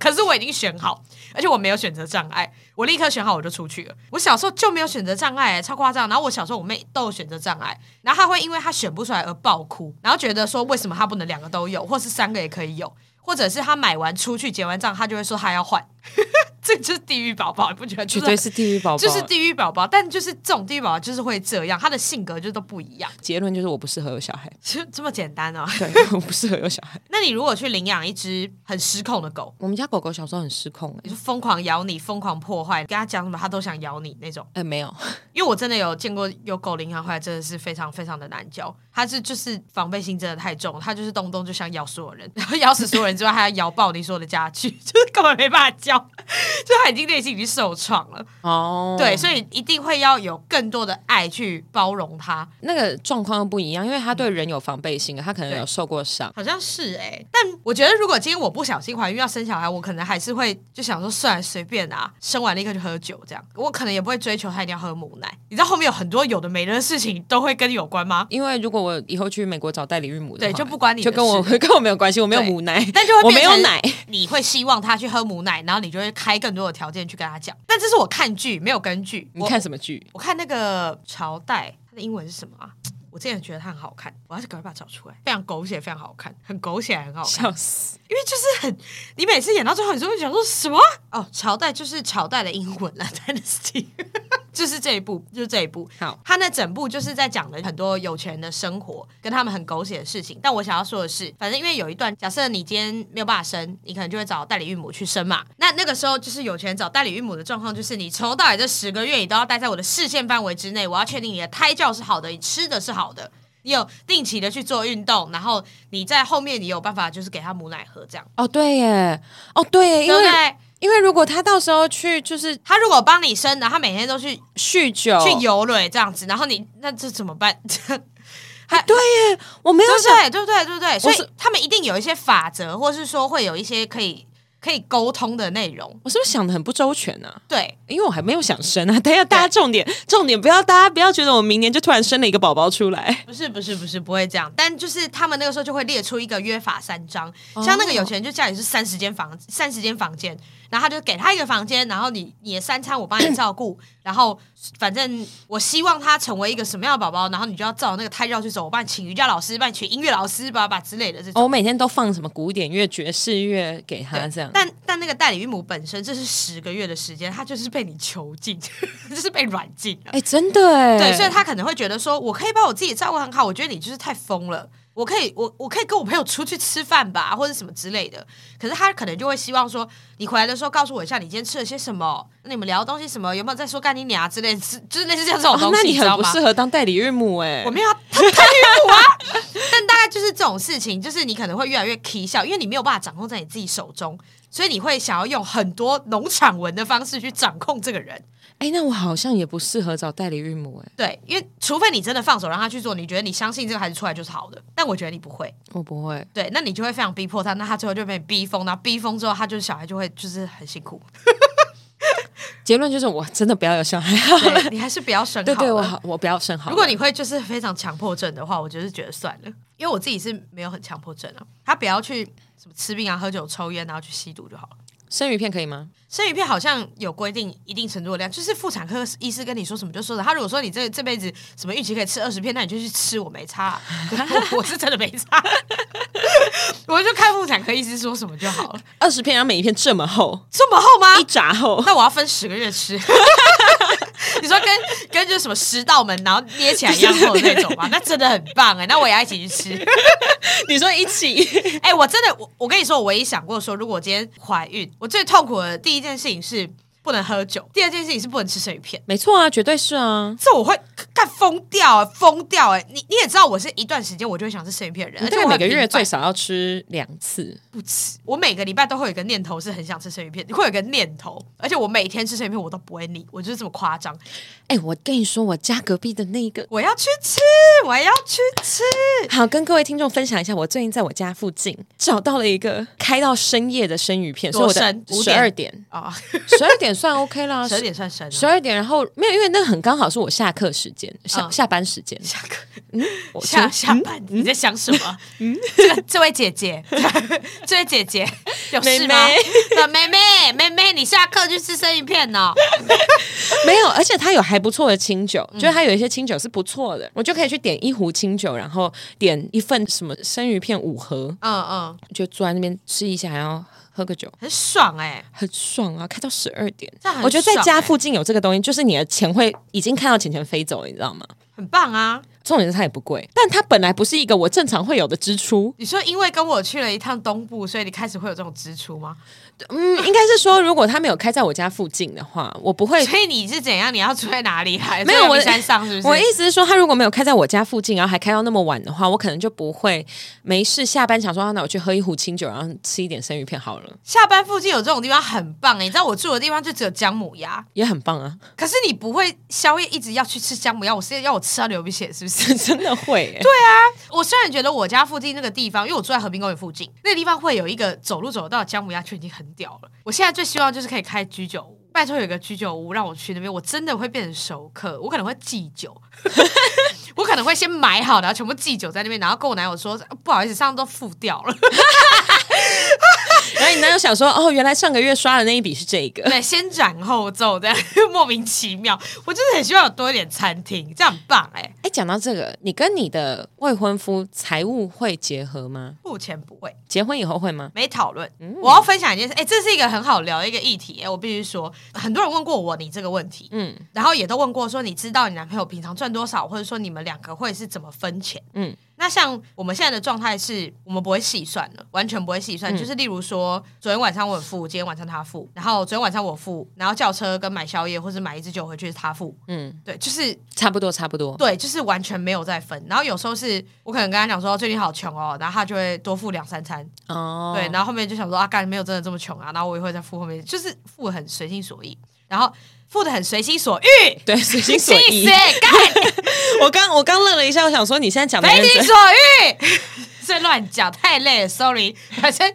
Speaker 3: 可是我已经选好，而且我没有选择障碍，我立刻选好我就出去了。我小时候就没有选择障碍、欸超夸张。然后我小时候我妹都有选择障碍，然后她会因为她选不出来而爆哭，然后觉得说为什么她不能两个都有，或是三个也可以有，或者是她买完出去结完账，她就会说她要换， <laughs> 这就是地狱宝宝，你不觉得？
Speaker 1: 绝对是地狱宝宝。
Speaker 3: 就是地狱宝宝，但就是这种地狱宝宝就是会这样，他的性格就都不一样， <laughs>
Speaker 1: 结论就是我不适合有小 <laughs> 孩，
Speaker 3: 就这么简单哦。
Speaker 1: 对，我不适合有小孩。
Speaker 3: 那你如果去领养一只很失控的狗，
Speaker 1: 我们家狗狗小时候很失控、
Speaker 3: 你
Speaker 1: 欸，
Speaker 3: 就疯狂咬你、疯狂破坏，跟他讲什么他都想咬你那种。
Speaker 1: 呃，没有，
Speaker 3: 因为我真的有见过有狗领养回来，真的是非常非常的难教。它是就是防备心真的太重，它就是动不动就想咬所有人，然后咬死所有人之外，还要咬爆你所有的家具， <laughs> 就是根本没办法教，就它已经内心已经受创了。
Speaker 1: 哦，
Speaker 3: 对，所以一定会要有更多的爱去包容它。
Speaker 1: 那个状况又不一样，因为他对人有防备心，他可能
Speaker 3: 对
Speaker 1: 有受过伤。
Speaker 3: 好像是哎、但我觉得如果今天我不小心怀孕要生小孩，我可能还是会就想说，算了，随便啊，生完立刻就喝酒这样。我可能也不会追求他一定要喝母奶。你知道后面有很多有的没的事情都会跟你有
Speaker 1: <laughs>
Speaker 3: 关吗？
Speaker 1: 因为如果我以后去美国找代理孕母的话，
Speaker 3: 对就不关你的
Speaker 1: 就跟我 <laughs>
Speaker 3: 事
Speaker 1: 跟我没有关系，我没有母奶，
Speaker 3: 但就会
Speaker 1: 我没
Speaker 3: 变
Speaker 1: 有
Speaker 3: 成
Speaker 1: 奶，
Speaker 3: 你会希望他去喝母奶，然后你就会开更多的条件去跟他讲。但这是我看剧没有根据，
Speaker 1: <laughs> 你看
Speaker 3: 么？
Speaker 1: 什么剧？
Speaker 3: 我看那个朝代，它的英文是什么啊？我之前觉得它很好看，我要是赶快把它找出来，非常狗血，非常好看，很狗血，很好看。
Speaker 1: 笑死！
Speaker 3: 因为就是很，你每次演到最后，你就会想说什么？哦，朝代就是朝代的英文啦 <laughs> ，Dynasty。就是这一部，就是这一部。
Speaker 1: 好
Speaker 3: 他那整部就是在讲的很多有钱人的生活，跟他们很狗血的事情。但我想要说的是，反正因为有一段，假设你今天没有办法生，你可能就会找代理孕母去生嘛。那那个时候就是有钱人找代理孕母的状况，就是你从头到尾这十个月，你都要待在我的视线范围之内，我要确定你的胎教是好的，你吃的是好的。你有定期的去做运动，然后你在后面你有办法就是给他母奶喝这样，
Speaker 1: 哦，对耶，哦对耶，因
Speaker 3: 对不
Speaker 1: 为
Speaker 3: 对？
Speaker 1: 因为如果他到时候去就是
Speaker 3: 他如果帮你生，然后他每天都去
Speaker 1: 酗酒，
Speaker 3: 去游轮这样子，然后你那这怎么办？对
Speaker 1: 对耶，我没有
Speaker 3: 不
Speaker 1: 想
Speaker 3: 对？对不对？对不对？所
Speaker 1: 是
Speaker 3: 以他们一定有一些法则，或是说会有一些可以可以沟通的内容。
Speaker 1: 我是不是想的很不周全呢、
Speaker 3: 对，
Speaker 1: 因为我还没有想生啊，等一下大家重点重点不要大家不要觉得我明年就突然生了一个宝宝出来，
Speaker 3: 不是不是不是不会这样，但就是他们那个时候就会列出一个约法三章，像那个有钱人就家里是三十间房三十间房间，然后他就给他一个房间，然后你你的三餐我帮你照 <clears throat> 顾，然后反正我希望他成为一个什么样的宝宝，然后你就要照那个胎教去走，我帮你请瑜伽老师，帮你请音乐老师，爸爸之类的这种。
Speaker 1: 哦，我每天都放什么古典乐、爵士乐给他这样，
Speaker 3: 但但那个代理孕母本身，这是十个月的时间，她就是被你囚禁， <laughs> 就是被软禁了。
Speaker 1: 哎、真的哎，
Speaker 3: 对，所以她可能会觉得说，我可以把我自己照顾很好，我觉得你就是太疯了。我可以，我我可以跟我朋友出去吃饭吧，或者什么之类的。可是她可能就会希望说，你回来的时候告诉我一下，你今天吃了些什么，那你们聊的东西什么，有没有在说干你娘之类的，是就是类似像这种
Speaker 1: 哦
Speaker 3: 东西，
Speaker 1: 那
Speaker 3: 你
Speaker 1: 你
Speaker 3: 知
Speaker 1: 很
Speaker 3: 道
Speaker 1: 不
Speaker 3: 吗？
Speaker 1: 适合当代理孕母哎、
Speaker 3: 我没有要 <laughs> 他他晕我 <laughs> 啊，但大概就是这种事情，就是你可能会越来越 k 笑，因为你没有办法掌控在你自己手中，所以你会想要用很多农场文的方式去掌控这个人。
Speaker 1: 哎、那我好像也不适合找代理孕母哎、
Speaker 3: 对，因为除非你真的放手让他去做，你觉得你相信这个孩子出来就是好的，但我觉得你不会。
Speaker 1: 我不会。
Speaker 3: 对，那你就会非常逼迫他，那他最后就被逼疯，然后逼疯之后，他就是小孩就会就是很辛 <laughs> 苦。
Speaker 1: 结论就是我真的不要有小孩好了。
Speaker 3: 对你还是不要生
Speaker 1: <laughs>
Speaker 3: 好
Speaker 1: 对
Speaker 3: 了。
Speaker 1: 对，我好，我不要生好了。
Speaker 3: 如果你会就是非常强迫症的话，我就是觉得算了，因为我自己是没有很强迫症啊。他不要去什么吃槟啊榔、喝酒、抽烟，然后去吸毒就好了。
Speaker 1: 生鱼片可以吗？
Speaker 3: 生鱼片好像有规定一定程度的量，就是妇产科医师跟你说什么就说什么。他如果说你这这辈子什么预期可以吃二十片，那你就去吃，我没 <laughs> 差啊、我我是真的没差， <laughs> 我就看妇产科医师说什么就好了。
Speaker 1: 二十片，然后每一片这么厚，
Speaker 3: 这么厚吗
Speaker 1: 一？扎厚。
Speaker 3: <laughs> 那我要分十个月吃。 <laughs> 你说跟跟就是什么食道门，然后捏起来一样厚的那种
Speaker 1: <laughs>
Speaker 3: 吗？那真的很棒哎、那我也要一起去吃。
Speaker 1: 你说一起？
Speaker 3: 哎、我真的，我我跟你说，我唯一想过说，如果我今天怀孕，我最痛苦的第一件事情是不能喝酒，第二件事情是不能吃生鱼片。
Speaker 1: <laughs> 没错啊，绝对是啊。
Speaker 3: 这我会干疯掉、欸，疯掉哎、你你也知道，我是一段时间我就会想吃生鱼片的人，
Speaker 1: 你
Speaker 3: 而
Speaker 1: 大
Speaker 3: 且
Speaker 1: 概
Speaker 3: 我
Speaker 1: 每
Speaker 3: 很
Speaker 1: 个
Speaker 3: 频
Speaker 1: 月
Speaker 3: 繁
Speaker 1: 最少要吃两次。
Speaker 3: 不吃。我每个礼拜都会有一个念头是很想吃生鱼片，会有一个念头，而且我每天吃生鱼片我都不会腻，我就是这么夸张。
Speaker 1: 哎、我跟你说，我家隔壁的那个，
Speaker 3: 我要去吃，我要去吃。
Speaker 1: 好跟各位听众分享一下，我最近在我家附近找到了一个开到深夜的生鱼片，所以
Speaker 3: 多
Speaker 1: 我的
Speaker 3: 深
Speaker 1: 十二点， <laughs>
Speaker 3: 啊，
Speaker 1: 十二点算 OK 啦，
Speaker 3: <laughs> 十二点算深
Speaker 1: 十
Speaker 3: 了。
Speaker 1: 二点，然后没有，因为那很刚好是我下课时间，下、
Speaker 3: 嗯
Speaker 1: 下班时间。嗯
Speaker 3: 下课，
Speaker 1: 我
Speaker 3: 下
Speaker 1: 从
Speaker 3: 下班，
Speaker 1: 嗯
Speaker 3: 你在想什么？这个这位姐姐， <laughs> 这位姐姐有事吗
Speaker 1: <laughs>
Speaker 3: <laughs>
Speaker 1: 妹？
Speaker 3: 对妹妹，妹妹，你下课去吃生鱼片哦呢？
Speaker 1: 没有，而且它有还不错的清酒，
Speaker 3: 嗯
Speaker 1: 就是它有一些清酒是不错的，我就可以去点一壶清酒，然后点一份什么生鱼片五盒，
Speaker 3: 嗯嗯，
Speaker 1: 就坐在那边吃一下，然后喝个酒，
Speaker 3: 很爽哎，
Speaker 1: 很爽啊！开到十二点
Speaker 3: 这样，很
Speaker 1: 我觉得在
Speaker 3: 爽
Speaker 1: 家
Speaker 3: 欸
Speaker 1: 附近有这个东西，就是你的钱会已经看到钱钱飞走了，你知道吗？
Speaker 3: 很棒啊！
Speaker 1: 重点是它也不贵，但它本来不是一个我正常会有的支出。
Speaker 3: 你说因为跟我去了一趟东部，所以你开始会有这种支出吗？
Speaker 1: 嗯，应该是说，如果它没有开在我家附近的话，我不会
Speaker 3: 所以你是怎样？你要住在哪里啊？
Speaker 1: 没有
Speaker 3: 住在阳
Speaker 1: 我
Speaker 3: 明山上是不是？
Speaker 1: 我意思是说，他如果没有开在我家附近，然后还开到那么晚的话，我可能就不会没事下班想说，啊那我去喝一壶清酒，然后吃一点生鱼片好了，
Speaker 3: 下班附近有这种地方很棒哎、你知道我住的地方就只有姜母鸭，
Speaker 1: 也很棒啊， <laughs>
Speaker 3: 可是你不会宵夜一直要去吃姜母鸭，我是要我吃到流鼻血是不是？ <laughs>
Speaker 1: 真的会、欸对，
Speaker 3: 我虽然觉得我家附近那个地方，因为我住在和平公园附近，那个地方会有一个走路走得到的姜母鸭圈，已经很屌了。我现在最希望就是可以开居酒屋，拜托有一个居酒屋让我去那边，我真的会变成熟客，我可能会忌酒。 <laughs> 我可能会先买好，然后全部寄酒在那边，然后跟我男友说呃不好意思，上次都付掉了。
Speaker 1: 然后你男友想说，哦，原来上个月刷的那一笔是这个，
Speaker 3: 对，先 <laughs> 斩后奏这样，莫名其妙。我就是很希望有多一点餐厅，这样很棒哎、
Speaker 1: 哎，讲到这个，你跟你的未婚夫财务会结合吗？
Speaker 3: 目前不会，
Speaker 1: 结婚以后会吗？
Speaker 3: 没讨论。
Speaker 1: 嗯
Speaker 3: 我要分享一件事，哎、这是一个很好聊的一个议题、哎，我必须说，很多人问过我你这个问题，
Speaker 1: 嗯
Speaker 3: 然后也都问过说，你知道你男朋友平常赚多少，或者说你们两个会是怎么分钱？
Speaker 1: 嗯，
Speaker 3: 那像我们现在的状态是，我们不会细算了，完全不会细算。
Speaker 1: 嗯
Speaker 3: 就是例如说，昨天晚上我付，今天晚上他付，然后昨天晚上我付，然后叫车跟买宵夜或者买一支酒回去是他付。
Speaker 1: 嗯，
Speaker 3: 对，就是
Speaker 1: 差不多差不多。
Speaker 3: 对，就是完全没有在分。然后有时候是我可能跟他讲说最近好穷哦，然后他就会多付两三餐。
Speaker 1: 哦，
Speaker 3: 对，然后后面就想说啊，干没有真的这么穷啊，然后我也会再付后面，就是付得很随心所欲，然后付的很随心所欲。
Speaker 1: 对，随心所
Speaker 3: 气
Speaker 1: 欲
Speaker 3: 死。干
Speaker 1: <laughs> 我刚我刚愣了一下，我想说你现在讲的
Speaker 3: 随
Speaker 1: 认
Speaker 3: 心
Speaker 1: 真
Speaker 3: 所 <laughs> 欲，这乱讲太累了，sorry。反正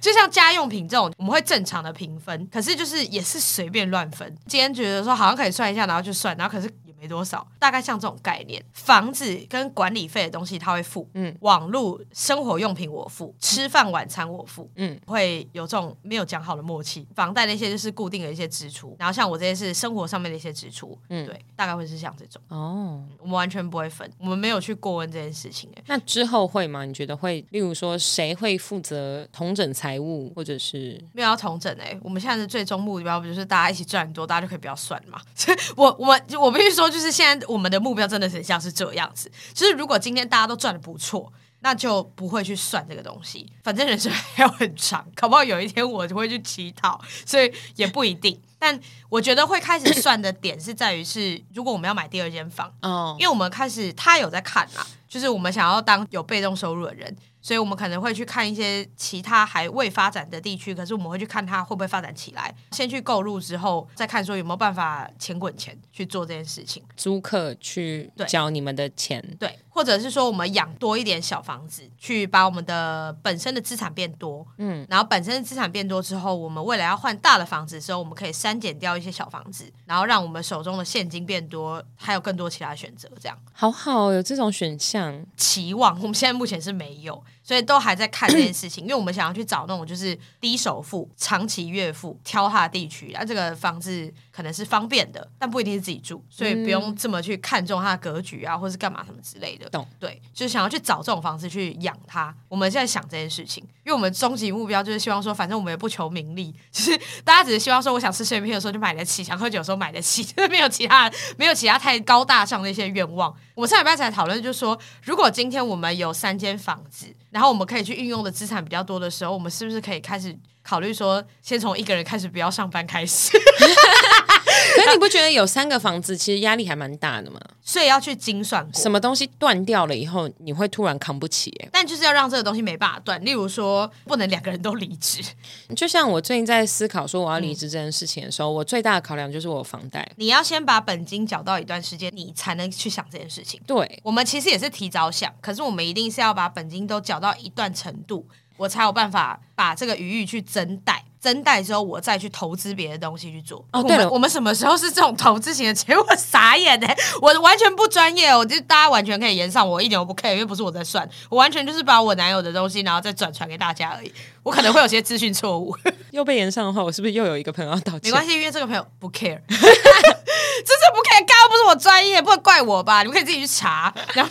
Speaker 3: 就像家用品这种，我们会正常的平分，可是就是也是随便乱分。今天觉得说好像可以算一下，然后就算，然后可是也没多少，大概像这种概念。房子跟管理费的东西他会付，嗯
Speaker 1: 嗯，
Speaker 3: 网络生活用品我付，吃饭晚餐我付，
Speaker 1: 嗯，
Speaker 3: 会有这种没有讲好的默契。房贷那些就是固定的一些支出，然后像我这些是生活上面的一些支出，嗯，
Speaker 1: 嗯
Speaker 3: 对，大概会是像这种。
Speaker 1: 哦。
Speaker 3: 我们完全不会分，我们没有去过问这件事情、欸。
Speaker 1: 那之后会吗？你觉得会，例如说谁会负责统整财务，或者是
Speaker 3: 没有要重整哎、我们现在的最终目标不就是大家一起赚多，大家就可以不要算嘛？ <laughs> 我我我必须说，就是现在我们的目标真的很像是这样子，就是如果今天大家都赚的不错。那就不会去算这个东西，反正人生还有很长，搞不好有一天我就会去乞讨，所以也不一定。但我觉得会开始算的点是在于是，如果我们要买第二间房，
Speaker 1: 哦
Speaker 3: 因为我们开始他有在看啦，就是我们想要当有被动收入的人，所以我们可能会去看一些其他还未发展的地区，可是我们会去看它会不会发展起来，先去购入之后再看说有没有办法钱滚钱去做这件事情，
Speaker 1: 租客去
Speaker 3: 对
Speaker 1: 交你们的钱？
Speaker 3: 对，或者是说我们养多一点小房子，去把我们的本身的资产变多，嗯，然后本身的资产变多之后，我们未来要换大的房子的时候，我们可以删减掉一些小房子，然后让我们手中的现金变多，还有更多其他选择，这样。
Speaker 1: 好好哦，有这种选项，
Speaker 3: 期望，我们现在目前是没有，所以都还在看这件事情，因为我们想要去找那种就是低首付、长期月付，挑它的地区，那、这个房子可能是方便的，但不一定是自己住，所以不用这么去看重它的格局啊，或是干嘛什么之类的。
Speaker 1: 懂？
Speaker 3: 对，就是想要去找这种方式去养它。我们现在想这件事情，因为我们终极目标就是希望说，反正我们也不求名利， <laughs> 就是大家只是希望说，我想吃碎片的时候就买得起，想喝酒的时候买得起， <laughs> 就是没有其他没有其他太高大上的一些愿望。我们上礼拜才讨论，就是说，如果今天我们有三间房子，然后我们可以去运用的资产比较多的时候，我们是不是可以开始考虑说，先从一个人开始，不要上班开始？ <laughs>
Speaker 1: 可是你不觉得有三个房子其实压力还蛮大的吗？
Speaker 3: 所以要去精算过
Speaker 1: 什。么东西断掉了以后，你会突然扛不起、欸？
Speaker 3: 但就是要让这个东西没办法断，例如说，不能两个人都离职。
Speaker 1: 就像我最近在思考说我要离职这件事情的时候，我最大的考量就是我有房贷。
Speaker 3: 你要先把本金缴到一段时间，你才能去想这件事情。
Speaker 1: 对，
Speaker 3: 我们其实也是提早想，可是我们一定是要把本金都缴到一段程度，我才有办法把这个余裕去增贷。增贷之后，我再去投资别的东西去做。
Speaker 1: 哦
Speaker 3: 我
Speaker 1: 对
Speaker 3: 们
Speaker 1: 了
Speaker 3: 我们什么时候是这种投资型的？ <laughs> 结果傻眼呢、我完全不专业哦，我就大家完全可以延上我，一点都不 care，因为不是我在算，我完全就是把我男友的东西，然后再转传给大家而已。我可能会有些资讯错误。
Speaker 1: 又被延上的话，我是不是又有一个朋友要道
Speaker 3: 没
Speaker 1: 歉？
Speaker 3: 关系，因为这个朋友不 care，这 <laughs> 是不 care，刚刚不是我专业，不能怪我吧？你们可以自己去查。然后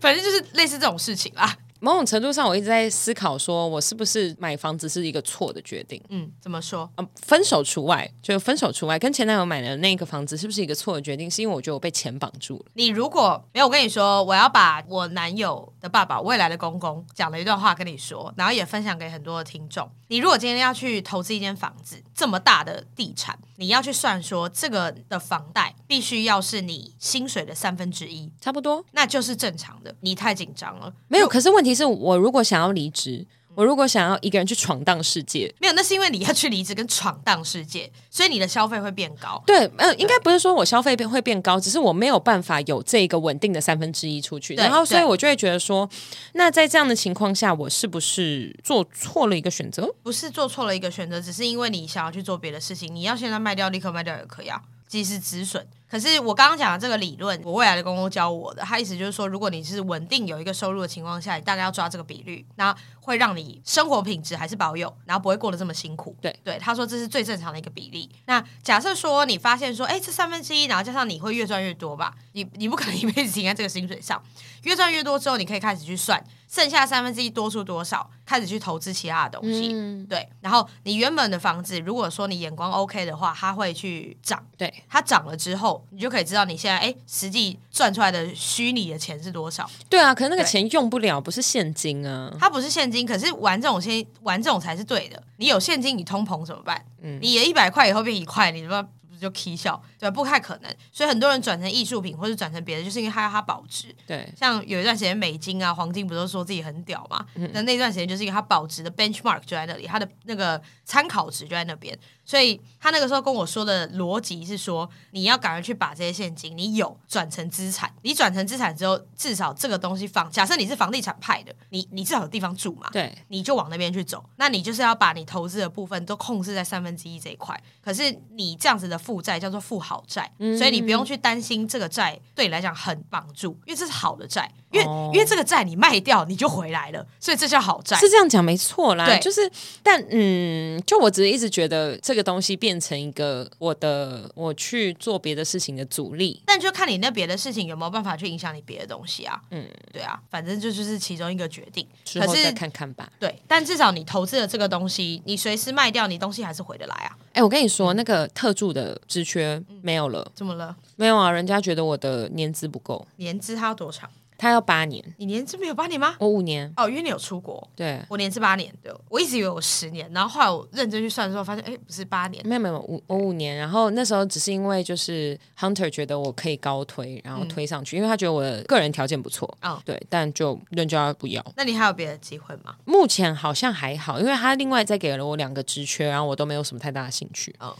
Speaker 3: 反正就是类似这种事情啦。
Speaker 1: 某种程度上，我一直在思考，说我是不是买房子是一个错的决定。
Speaker 3: 嗯，怎么说？
Speaker 1: 嗯，分手除外，就分手除外，跟前男友买的那个房子是不是一个错的决定？是因为我觉得我被钱绑住了。
Speaker 3: 你如果没有，我跟你说，我要把我男友的爸爸，未来的公公讲了一段话跟你说，然后也分享给很多的听众。你如果今天要去投资一间房子，这么大的地产，你要去算说这个的房贷必须要是你薪水的三分之一，
Speaker 1: 差不多
Speaker 3: 那就是正常的。你太紧张了，
Speaker 1: 没有，可是问题是我如果想要离职，我如果想要一个人去闯荡世界，
Speaker 3: 没有，那是因为你要去离职跟闯荡世界，所以你的消费会变高。
Speaker 1: 对，嗯、应该不是说我消费变会变高，只是我没有办法有这个稳定的三分之一出去，
Speaker 3: 对
Speaker 1: 然后所以
Speaker 3: 对
Speaker 1: 我就会觉得说，那在这样的情况下，我是不是做错了一个选择？
Speaker 3: 不是做错了一个选择，只是因为你想要去做别的事情，你要现在卖掉，立刻卖掉也可以啊，及时止损。可是我刚刚讲的这个理论，我未来的公公教我的，他意思就是说，如果你是稳定有一个收入的情况下，你大概要抓这个比率，那会让你生活品质还是保有，然后不会过得这么辛苦。
Speaker 1: 对
Speaker 3: 对，他说这是最正常的一个比例。那假设说你发现说，哎，这三分之一，然后加上你会越赚越多吧，你你不可能一辈子停在这个薪水上，越赚越多之后，你可以开始去算剩下三分之一多出多少，开始去投资其他的东西。
Speaker 1: 嗯，
Speaker 3: 对，然后你原本的房子，如果说你眼光 OK 的话，它会去涨。
Speaker 1: 对，
Speaker 3: 它涨了之后，你就可以知道你现在哎实际赚出来的虚拟的钱是多少。
Speaker 1: 对啊，可是那个
Speaker 3: 对
Speaker 1: 钱用不了，不是现金啊。
Speaker 3: 它不是现金，可是玩这种现玩这种才是对的。你有现金，你通膨怎么办？你也一百块以后变一块，你他妈不就 k 笑？对，不太可能。所以很多人转成艺术品或者转成别的，就是因为它要它保值。
Speaker 1: 对，
Speaker 3: 像有一段时间美金啊、黄金不都说自己很屌嘛？那、那段时间就是因为它保值的 benchmark 就在那里，它的那个参考值就在那边，所以他那个时候跟我说的逻辑是说，你要赶快去把这些现金你有转成资产，你转成资产之后，至少这个东西房，假设你是房地产派的，你你至少有地方住嘛，
Speaker 1: 对，
Speaker 3: 你就往那边去走。那你就是要把你投资的部分都控制在三分之一这一块。可是你这样子的负债叫做负好债，
Speaker 1: 嗯
Speaker 3: 所以你不用去担心这个债对你来讲很绑住，因为这是好的债，因为、
Speaker 1: 哦
Speaker 3: 因为这个债你卖掉你就回来了，所以这叫好债。
Speaker 1: 是这样讲没错啦。
Speaker 3: 对
Speaker 1: 就是，但嗯，就我只是一直觉得这个东西变成一个我的我去做别的事情的阻力。
Speaker 3: 但就看你那别的事情有没有办法去影响你别的东西啊。嗯，对啊，反正这就是其中一个决定。
Speaker 1: 之
Speaker 3: 可
Speaker 1: 后再
Speaker 3: 是
Speaker 1: 看看吧。
Speaker 3: 对，但至少你投资的这个东西，你随时卖掉，你东西还是回得来啊。
Speaker 1: 哎、我跟你说，那个特助的职缺没有了，
Speaker 3: 怎么了？
Speaker 1: 没有啊？人家觉得我的年资不够，
Speaker 3: 年资它要多长？
Speaker 1: 他要八年，
Speaker 3: 你年资没有八年吗？
Speaker 1: 我五年。
Speaker 3: 哦，因为你有出国。
Speaker 1: 对，
Speaker 3: 我年是八年，对我一直以为我十年，然后后来我认真去算的时候，发现哎，不是八年，
Speaker 1: 没有没有没有五我五年，然后那时候只是因为就是 Hunter 觉得我可以高推，然后推上去，因为他觉得我的个人条件不错。
Speaker 3: 嗯
Speaker 1: 对，但就人家不要。
Speaker 3: 那你还有别的机会吗？
Speaker 1: 目前好像还好，因为他另外再给了我两个职缺，然后我都没有什么太大的兴趣。
Speaker 3: 哦，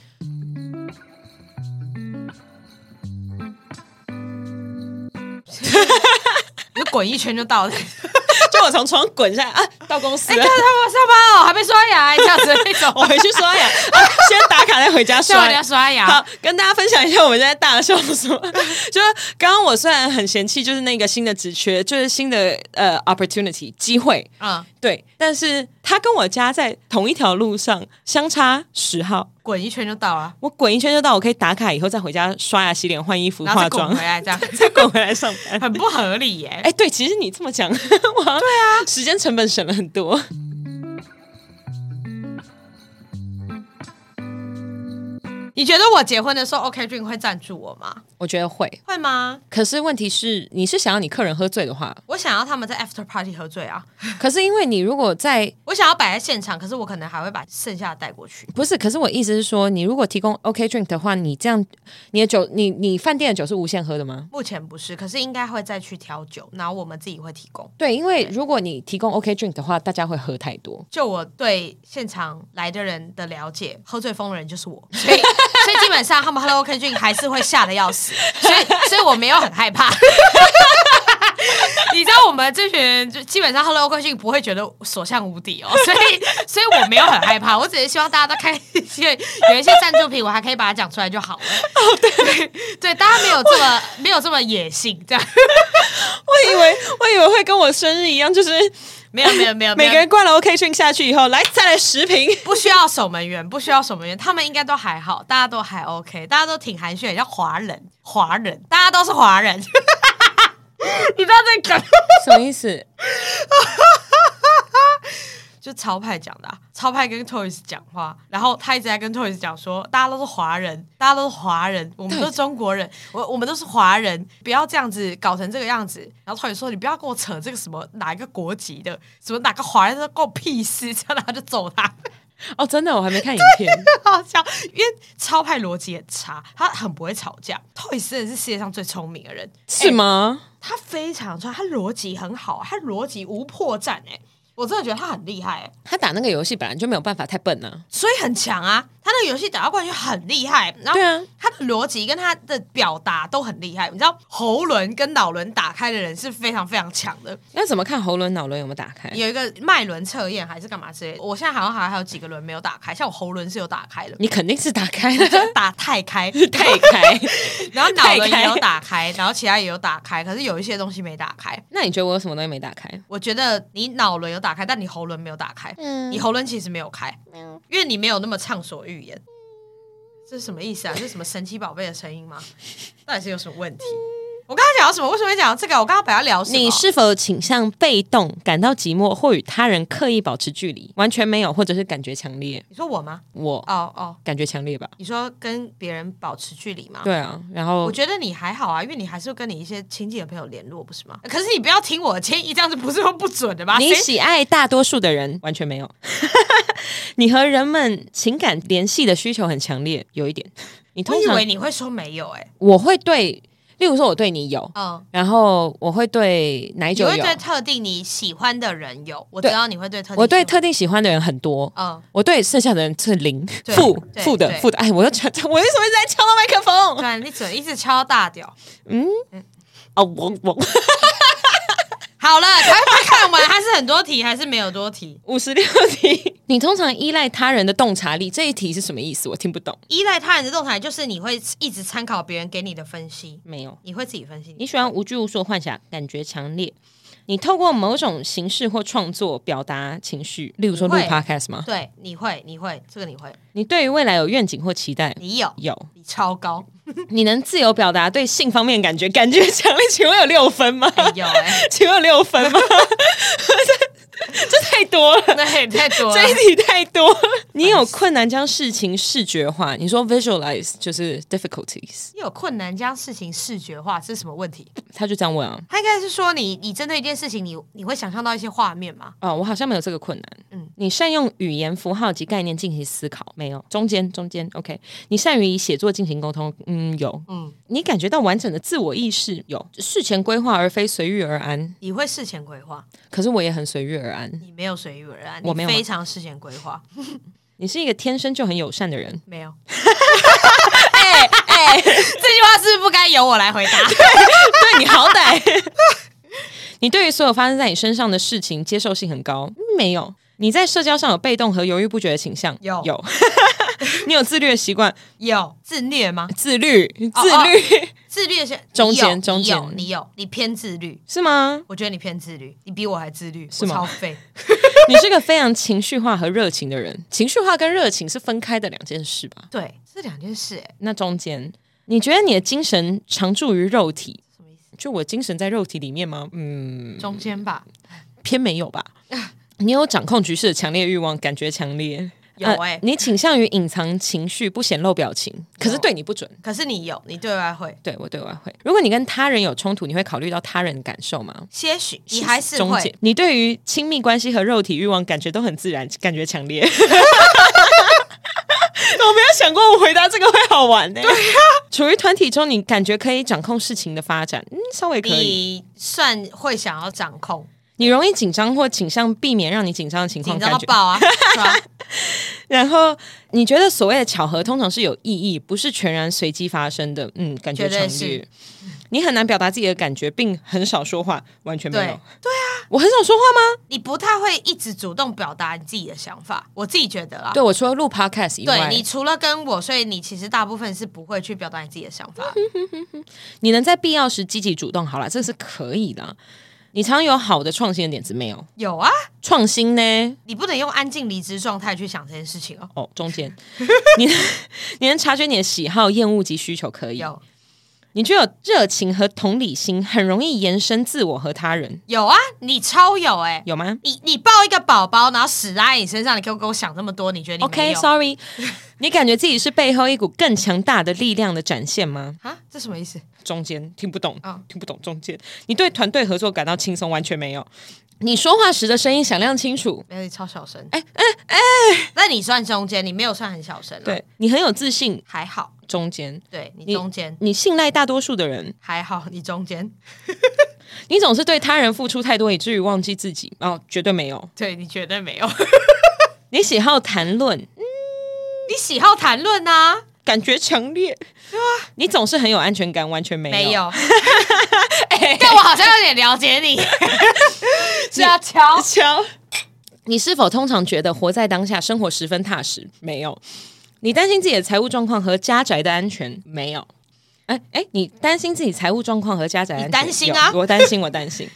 Speaker 3: 你就滚一圈就到了， <laughs> 哎
Speaker 1: 就我从床滚下来啊，到公司了，
Speaker 3: 我上班哦，还没刷牙，这样子那
Speaker 1: <laughs> 我
Speaker 3: 种，
Speaker 1: 回去刷牙，啊先打卡再回家
Speaker 3: 叫
Speaker 1: 刷
Speaker 3: 人。家刷牙
Speaker 1: 好，跟大家分享一下我们现在大笑什么。 <laughs> 就是刚刚我虽然很嫌弃，就是那个新的职缺，就是新的呃 opportunity 机会，
Speaker 3: 嗯，
Speaker 1: 对，但是他跟我家在同一条路上，相差十号。
Speaker 3: 滚一圈就到了，
Speaker 1: 我滚一圈就到，我可以打卡以后再回家刷牙、洗脸、换衣服、
Speaker 3: 然后
Speaker 1: 化
Speaker 3: 再滚
Speaker 1: 妆
Speaker 3: 回，来，这样
Speaker 1: <laughs> 再滚回来上班。
Speaker 3: 很不合理耶。
Speaker 1: 哎，对，其实你这么讲， <laughs> 我好像对啊，时间成本省了很多。
Speaker 3: 你觉得我结婚的时候，OK Dream 会赞助我吗？
Speaker 1: 我觉得会，
Speaker 3: 会吗？
Speaker 1: 可是问题是，你是想要你客人喝醉的话， <laughs>
Speaker 3: 我想要他们在 After Party 喝醉啊，
Speaker 1: 可是因为你如果在
Speaker 3: 我想要摆在现场，可是我可能还会把剩下的带过去。
Speaker 1: 不是，可是我意思是说，你如果提供 OK drink 的话，你这样你的酒，你你饭店的酒是无限喝的吗？
Speaker 3: 目前不是，可是应该会再去调酒，然后我们自己会提供。
Speaker 1: 对，因为如果你提供 OK drink 的话，大家会喝太多。
Speaker 3: 就我对现场来的人的了解，喝醉疯的人就是我，所以 <laughs> 所以基本上他们喝了 OK 菌还是会吓得要死，所以所以我没有很害怕。 <laughs> 你知道我们这群人就基本上喝了 OK 菌不会觉得所向无敌哦，所以所以我没有很害怕，我只是希望大家都开心，有一些赞助品我还可以把它讲出来就好了。哦对对，大家没有这么没有这么野性，这样
Speaker 1: <laughs> 我以为我以为会跟我生日一样，就是
Speaker 3: <laughs> 没有没有没有
Speaker 1: 每
Speaker 3: 没有
Speaker 1: 个人灌了 OK drink 下去以后，来再来十瓶。
Speaker 3: 不需要守门员，不需要守门员，他们应该都还好，大家都还 OK，大家都挺含蓄，很像华人，华人，大家都是华人。 <laughs> 你知道这个
Speaker 1: <laughs> 什么意思？
Speaker 3: 就超派讲的、啊，超派跟 Toys 讲话，然后他一直在跟 Toys 讲说，大家都是华人，大家都是华人，我们都是中国人，我我们都是华人，不要这样子搞成这个样子。然后 Toys 说，你不要跟我扯这个什么哪一个国籍的，什么哪个华人都关我屁事，这样然后就揍他。
Speaker 1: 哦，真的，我还没看影 <laughs> 片。哎
Speaker 3: 好笑，因为超派逻辑很差，他很不会吵架。Toys 真的是世界上最聪明的人，
Speaker 1: 是吗？
Speaker 3: 他非常聪，他逻辑很好，他逻辑无破绽哎、我真的觉得他很厉害、欸，
Speaker 1: 他打那个游戏本来就没有办法太笨啊。
Speaker 3: 所以很强啊。他那个游戏打到冠军很厉害，然后
Speaker 1: 对啊，
Speaker 3: 他的逻辑跟他的表达都很厉害。你知道喉轮跟脑轮打开的人是非常非常强的。
Speaker 1: 要怎么看喉轮、脑轮有没有打开？
Speaker 3: 有一个脉轮测验还是干嘛之类的，我现在好像还还有几个轮没有打开，像我喉轮是有打开的，
Speaker 1: 你肯定是打开了，
Speaker 3: 打太开，
Speaker 1: <laughs> 太开。
Speaker 3: <laughs>
Speaker 1: <laughs>
Speaker 3: 然后脑轮也有打开，然后其他也有打开，可是有一些东西没打开。
Speaker 1: 那你觉得我有什么东西没打开？
Speaker 3: 我觉得你脑轮有打开，但你喉轮没有打开。
Speaker 1: 嗯
Speaker 3: 你喉轮其实没有开，因为你没有那么畅所欲言。这是什么意思啊？这是什么神奇宝贝的声
Speaker 1: <laughs>
Speaker 3: 音吗？到底是有什么问题？我刚刚讲到什么？为什么会讲到这个？我刚刚本来要聊什么？
Speaker 1: 你是否倾向被动、感到寂寞或与他人刻意保持距离？完全没有，或者是感觉强烈？
Speaker 3: 你说我吗？
Speaker 1: 我、
Speaker 3: 哦哦，
Speaker 1: 感觉强烈吧？
Speaker 3: 你说跟别人保持距离吗？
Speaker 1: 对啊，然
Speaker 3: 我
Speaker 1: 后
Speaker 3: 觉得你还好啊，因为你还是会跟你一些亲近的朋友联络，不是吗？可是你不要听我的建议，这样子不是说不准的吧？
Speaker 1: 你
Speaker 3: 谁
Speaker 1: 喜爱大多数的人，完全没有。 <laughs> 你和人们情感联系的需求很强烈，有一
Speaker 3: <laughs>
Speaker 1: 点。你
Speaker 3: 我
Speaker 1: 通
Speaker 3: 以
Speaker 1: 常
Speaker 3: 为你会说没有哎、
Speaker 1: 我会对，例如说我对你有，
Speaker 3: 嗯，
Speaker 1: 然后我会对奶
Speaker 3: 你
Speaker 1: 酒
Speaker 3: 会
Speaker 1: 有，
Speaker 3: 对特定你喜欢的人有，我知
Speaker 1: 对
Speaker 3: 道你会对特定喜欢，
Speaker 1: 我对特定喜欢的人很多，
Speaker 3: 嗯，
Speaker 1: 我对剩下的人是零
Speaker 3: 对
Speaker 1: 负
Speaker 3: 对
Speaker 1: 负的
Speaker 3: 对
Speaker 1: 负的。哎，我又抢，我为什么一直在敲到麦克 <laughs> 风？
Speaker 3: 对，你准一直敲大屌。
Speaker 1: 哦，我我
Speaker 3: 好了，赶快看完，还是很多题还是没有多题？
Speaker 1: 五十六 <laughs> 题，你通常依赖他人的洞察力，这一题是什么意思？我听不懂。
Speaker 3: 依赖他人的动态就是你会一直参考别人给你的分析，
Speaker 1: 没有，
Speaker 3: 你会自己分析。
Speaker 1: 你喜欢无拘无束的幻想，感觉强烈。你透过某种形式或创作表达情绪，例如说录
Speaker 3: 我会
Speaker 1: podcast 吗？
Speaker 3: 对，你会，你会，这个你会，
Speaker 1: 你对于未来有愿景或期待？
Speaker 3: 你有，
Speaker 1: 有，
Speaker 3: 你超高，
Speaker 1: 你能自由表达对性方面的感觉，感觉强烈，请问有六分吗？
Speaker 3: 哎有哎、 <laughs>
Speaker 1: <laughs> 请问有欸六分吗？这这太多了。
Speaker 3: 那也太多了
Speaker 1: 这。一题太多了，啊你有困难将事情视觉化。你说 visualize 就是 difficulties，
Speaker 3: 你有困难将事情视觉化，这是什么问题？
Speaker 1: 他就这样问啊。
Speaker 3: 他应该是说你，你针对一件事情你，你会想象到一些画面吗？
Speaker 1: 哦，我好像没有这个困难。嗯
Speaker 3: 嗯，
Speaker 1: 你善用语言符号及概念进行思考，没有。中间中间，OK。你善于以写作进行沟通，嗯，有。嗯
Speaker 3: 嗯，
Speaker 1: 你感觉到完整的自我意识，有。事前规划而非随遇而安，
Speaker 3: 你会事前规划，
Speaker 1: 可是我也很随遇而安。
Speaker 3: 你没有随遇而安，
Speaker 1: 我没有
Speaker 3: 你非常事前规划，
Speaker 1: 你是一个天生就很友善的人，<laughs>
Speaker 3: 没有。哎哎，这句话是不是不该由我来回答。
Speaker 1: <laughs> 对你好歹，你对于所有发生在你身上的事情接受性很高，没有。你在社交上有被动和犹豫不决的倾向，
Speaker 3: 有
Speaker 1: 有。 <laughs> 你有自律的习惯，
Speaker 3: 有自虐吗？
Speaker 1: 自律
Speaker 3: 哦
Speaker 1: 自律、
Speaker 3: 自律是
Speaker 1: 中间
Speaker 3: 你有
Speaker 1: 中间
Speaker 3: 你有你有，你偏自律。
Speaker 1: 是吗？
Speaker 3: 我觉得你偏自律，你比我还自律，
Speaker 1: 是
Speaker 3: 我
Speaker 1: 吗
Speaker 3: 超废。
Speaker 1: 你是个非常情绪化和热情的人，情绪化跟热情是分开的两件事吧？
Speaker 3: 对，这两件事、哎，
Speaker 1: 那中间，你觉得你的精神常驻于肉体？
Speaker 3: 什么意思？
Speaker 1: 就我精神在肉体里面吗？嗯，
Speaker 3: 中间吧，
Speaker 1: 偏没有吧。
Speaker 3: 啊
Speaker 1: 你有掌控局势的强烈欲望，感觉强烈。呃
Speaker 3: 有哎、
Speaker 1: 你倾向于隐藏情绪，不显露表情，可是对你不准。
Speaker 3: 可是你有，你对外会
Speaker 1: 对我对外会，如果你跟他人有冲突，你会考虑到他人的感受吗？
Speaker 3: 些许，你还是
Speaker 1: 中
Speaker 3: 会
Speaker 1: 间，你对于亲密关系和肉体欲望感觉都很自然，感觉强
Speaker 3: <laughs>
Speaker 1: 烈。我没有想过我回答这个会好玩欸呢、对呀、处于团体中，你感觉可以掌控事情的发展，嗯，稍微可以。
Speaker 3: 你算会想要掌控，
Speaker 1: 你容易紧张或倾向避免让你紧张的情况
Speaker 3: 紧张到
Speaker 1: 感觉。<laughs>
Speaker 3: 爆啊！是吧
Speaker 1: 然后你觉得所谓的巧合通常是有意义，不是全然随机发生的。嗯，感觉
Speaker 3: 绝对
Speaker 1: 强烈
Speaker 3: 是。
Speaker 1: 你很难表达自己的感觉，并很少说话，完全没有。
Speaker 3: 对
Speaker 1: 对啊，我很少说话吗？
Speaker 3: 你不太会一直主动表达你自己的想法，我自己觉得啦。
Speaker 1: 对，我除了录 podcast 以
Speaker 3: 啊对
Speaker 1: 外，
Speaker 3: 你除了跟我，所以你其实大部分是不会去表达你自己的想
Speaker 1: 嗯
Speaker 3: 法。
Speaker 1: 你能在必要时积极主动，好啦，这是可以的。你常有好的创新的点子没有？
Speaker 3: 有啊，
Speaker 1: 创新呢？
Speaker 3: 你不能用安静离职状态去想这件事情哦。
Speaker 1: 哦，中
Speaker 3: <laughs>
Speaker 1: 间，你你能察觉你的喜好、厌恶及需求，可以。
Speaker 3: 有
Speaker 1: 你具有热情和同理心，很容易延伸自我和他人，
Speaker 3: 有啊，你超有哎、
Speaker 1: 有吗
Speaker 3: 你你抱一个宝宝，然后屎拉在你身上，你给我给我想这么多，你觉得你没有啊
Speaker 1: ？OK，Sorry，、你感觉自己是背后一股更强大的力量的展现吗？
Speaker 3: 啊？这什么意思？
Speaker 1: 中间听不懂
Speaker 3: 啊
Speaker 1: 听不懂中间。你对团队合作感到轻松，完全没有。你说话时的声音响亮清楚，
Speaker 3: 没有，你超小声。哎哎哎，那你算中间，你没有算很小声、啊。，
Speaker 1: 对你很有自信。
Speaker 3: 还好。
Speaker 1: 中间，
Speaker 3: 对你
Speaker 1: 你
Speaker 3: 中间
Speaker 1: 你信赖大多数的人，
Speaker 3: 还好，你中间
Speaker 1: 你总是对他人付出太多，以至于忘记自己。哦，绝对没有。
Speaker 3: 对你绝对
Speaker 1: <laughs>
Speaker 3: 没有，
Speaker 1: 你喜好谈论，
Speaker 3: 你喜好谈论啊？
Speaker 1: 感觉强烈。你总是很有安全感，完全啊没有。哎
Speaker 3: 没
Speaker 1: <laughs>
Speaker 3: 有，但我好像有点了解你，是啊，乔，
Speaker 1: 瞧， <laughs> 你是否通常觉得活在当下，生活十分踏实？没有。你担心自己的财务状况和家宅的安全？没有。哎哎，你担心自己财务状况和家宅安全？
Speaker 3: 你担心啊
Speaker 1: 有我担心，我担心。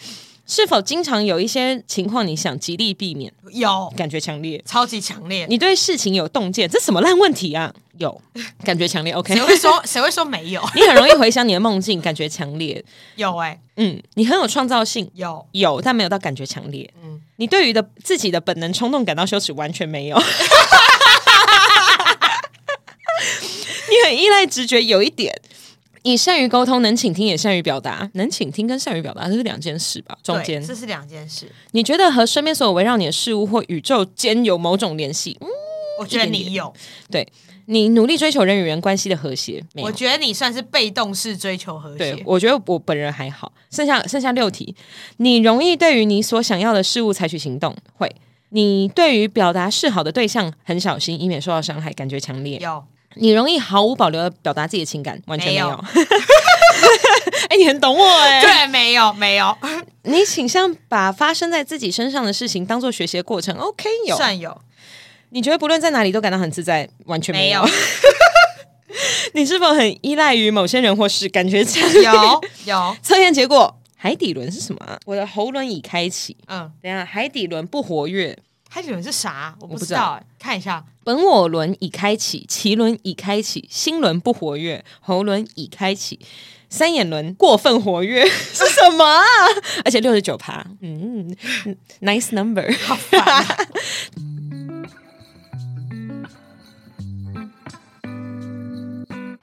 Speaker 1: 是否经常有一些情况你想极力避免？
Speaker 3: 有
Speaker 1: 感觉强烈。
Speaker 3: 超级强烈。
Speaker 1: 你对事情有洞见，这什么烂问题啊？有感觉强烈。OK，
Speaker 3: <laughs> 谁会说谁会说没有？ <laughs>
Speaker 1: 你很容易回想你的梦境，感觉强烈。
Speaker 3: 有哎、
Speaker 1: 嗯，你很有创造性，
Speaker 3: 有
Speaker 1: 有，但没有到感觉强烈。嗯，你对于的自己的本能冲动感到羞耻，完全没有。 <laughs> 你很依赖直觉，有一点。你善于沟通，能倾听也善于表达，能倾听跟善于表达这是两件事吧？中
Speaker 3: 对
Speaker 1: 间
Speaker 3: 这是两件事。
Speaker 1: 你觉得和身边所有围绕你的事物或宇宙间有某种联系？嗯
Speaker 3: 我觉得
Speaker 1: 一点
Speaker 3: 你
Speaker 1: 点
Speaker 3: 有，
Speaker 1: 对你努力追求人与人关系的和谐，没有
Speaker 3: 我觉得你算是被动式追求和
Speaker 1: 对
Speaker 3: 谐，。
Speaker 1: 我觉得我本人还好。剩下剩下六题，你容易对于你所想要的事物采取行动，会。你对于表达示好的对象很小心，以免受到伤害，感觉强烈。
Speaker 3: 有
Speaker 1: 你容易毫无保留的表达自己的情感，完全没有。 <laughs>
Speaker 3: 没有
Speaker 1: 哎、你很懂我
Speaker 3: <laughs>
Speaker 1: 哎、
Speaker 3: 对没有没有
Speaker 1: 你倾向把发生在自己身上的事情当做学习的过程。OK，有。
Speaker 3: 算 <laughs> 有
Speaker 1: 你觉得不论在哪里都感到很自在，完全
Speaker 3: 没
Speaker 1: 没
Speaker 3: 有
Speaker 1: 有。 <laughs> 你是否很依赖于某些人或事？感觉强
Speaker 3: <laughs>
Speaker 1: 烈。
Speaker 3: 有有
Speaker 1: 测验结果，海底轮是什么啊、我的喉轮已开启。
Speaker 3: 嗯，
Speaker 1: 等一下，海底轮不活跃，
Speaker 3: 还有人是啥？我
Speaker 1: 我
Speaker 3: 不
Speaker 1: 不
Speaker 3: 知
Speaker 1: 知道
Speaker 3: 道哎，看一 <laughs> 下
Speaker 1: 本我轮已开启，脐轮已开启，心轮不活跃，喉轮已开启，三眼轮过分活 <laughs> 跃是什么啊、而且六十九趴，嗯嗯，nice number。
Speaker 3: 好烦啊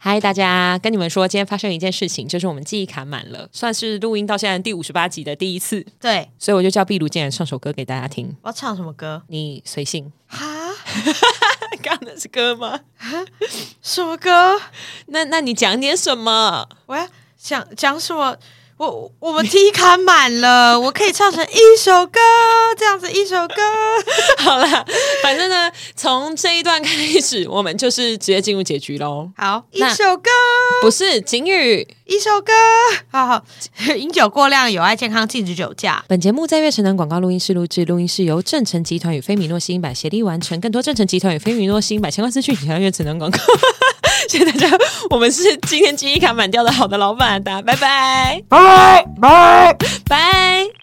Speaker 1: 嗨，大家，跟你们说，今天发生一件事情，就是我们记忆卡满了，算是录音到现在第五十八集的第一次，
Speaker 3: 对，
Speaker 1: 所以我就叫壁炉竟然唱首歌给大家听。
Speaker 3: 我要唱什么歌？
Speaker 1: 你随 <laughs> 性，
Speaker 3: 哈，
Speaker 1: 刚刚那是歌吗？
Speaker 3: 什么歌？
Speaker 1: 那那你讲点什么？
Speaker 3: 我要讲讲什么？我我我们 T 卡满 <laughs> 了，我可以唱成一首歌，这样子一首歌。
Speaker 1: <laughs> 好啦，反正呢，从这一段开始，我们就是直接进入结局喽。
Speaker 3: <laughs> 好，一
Speaker 1: 那
Speaker 3: 首歌，
Speaker 1: 不是景宇，
Speaker 3: 一首歌。好好， <laughs> 饮酒过量有害健康，禁止酒驾。
Speaker 1: 本节目在悦城南广告录音室录制，录音室由正成集团与菲米诺新音版协力完成。更多正成集团与菲米诺新音版相关资讯，请看悦城南广告。 <laughs> 谢谢大家，我们是今天记忆卡满掉的好的老板，大家拜拜，拜拜，拜。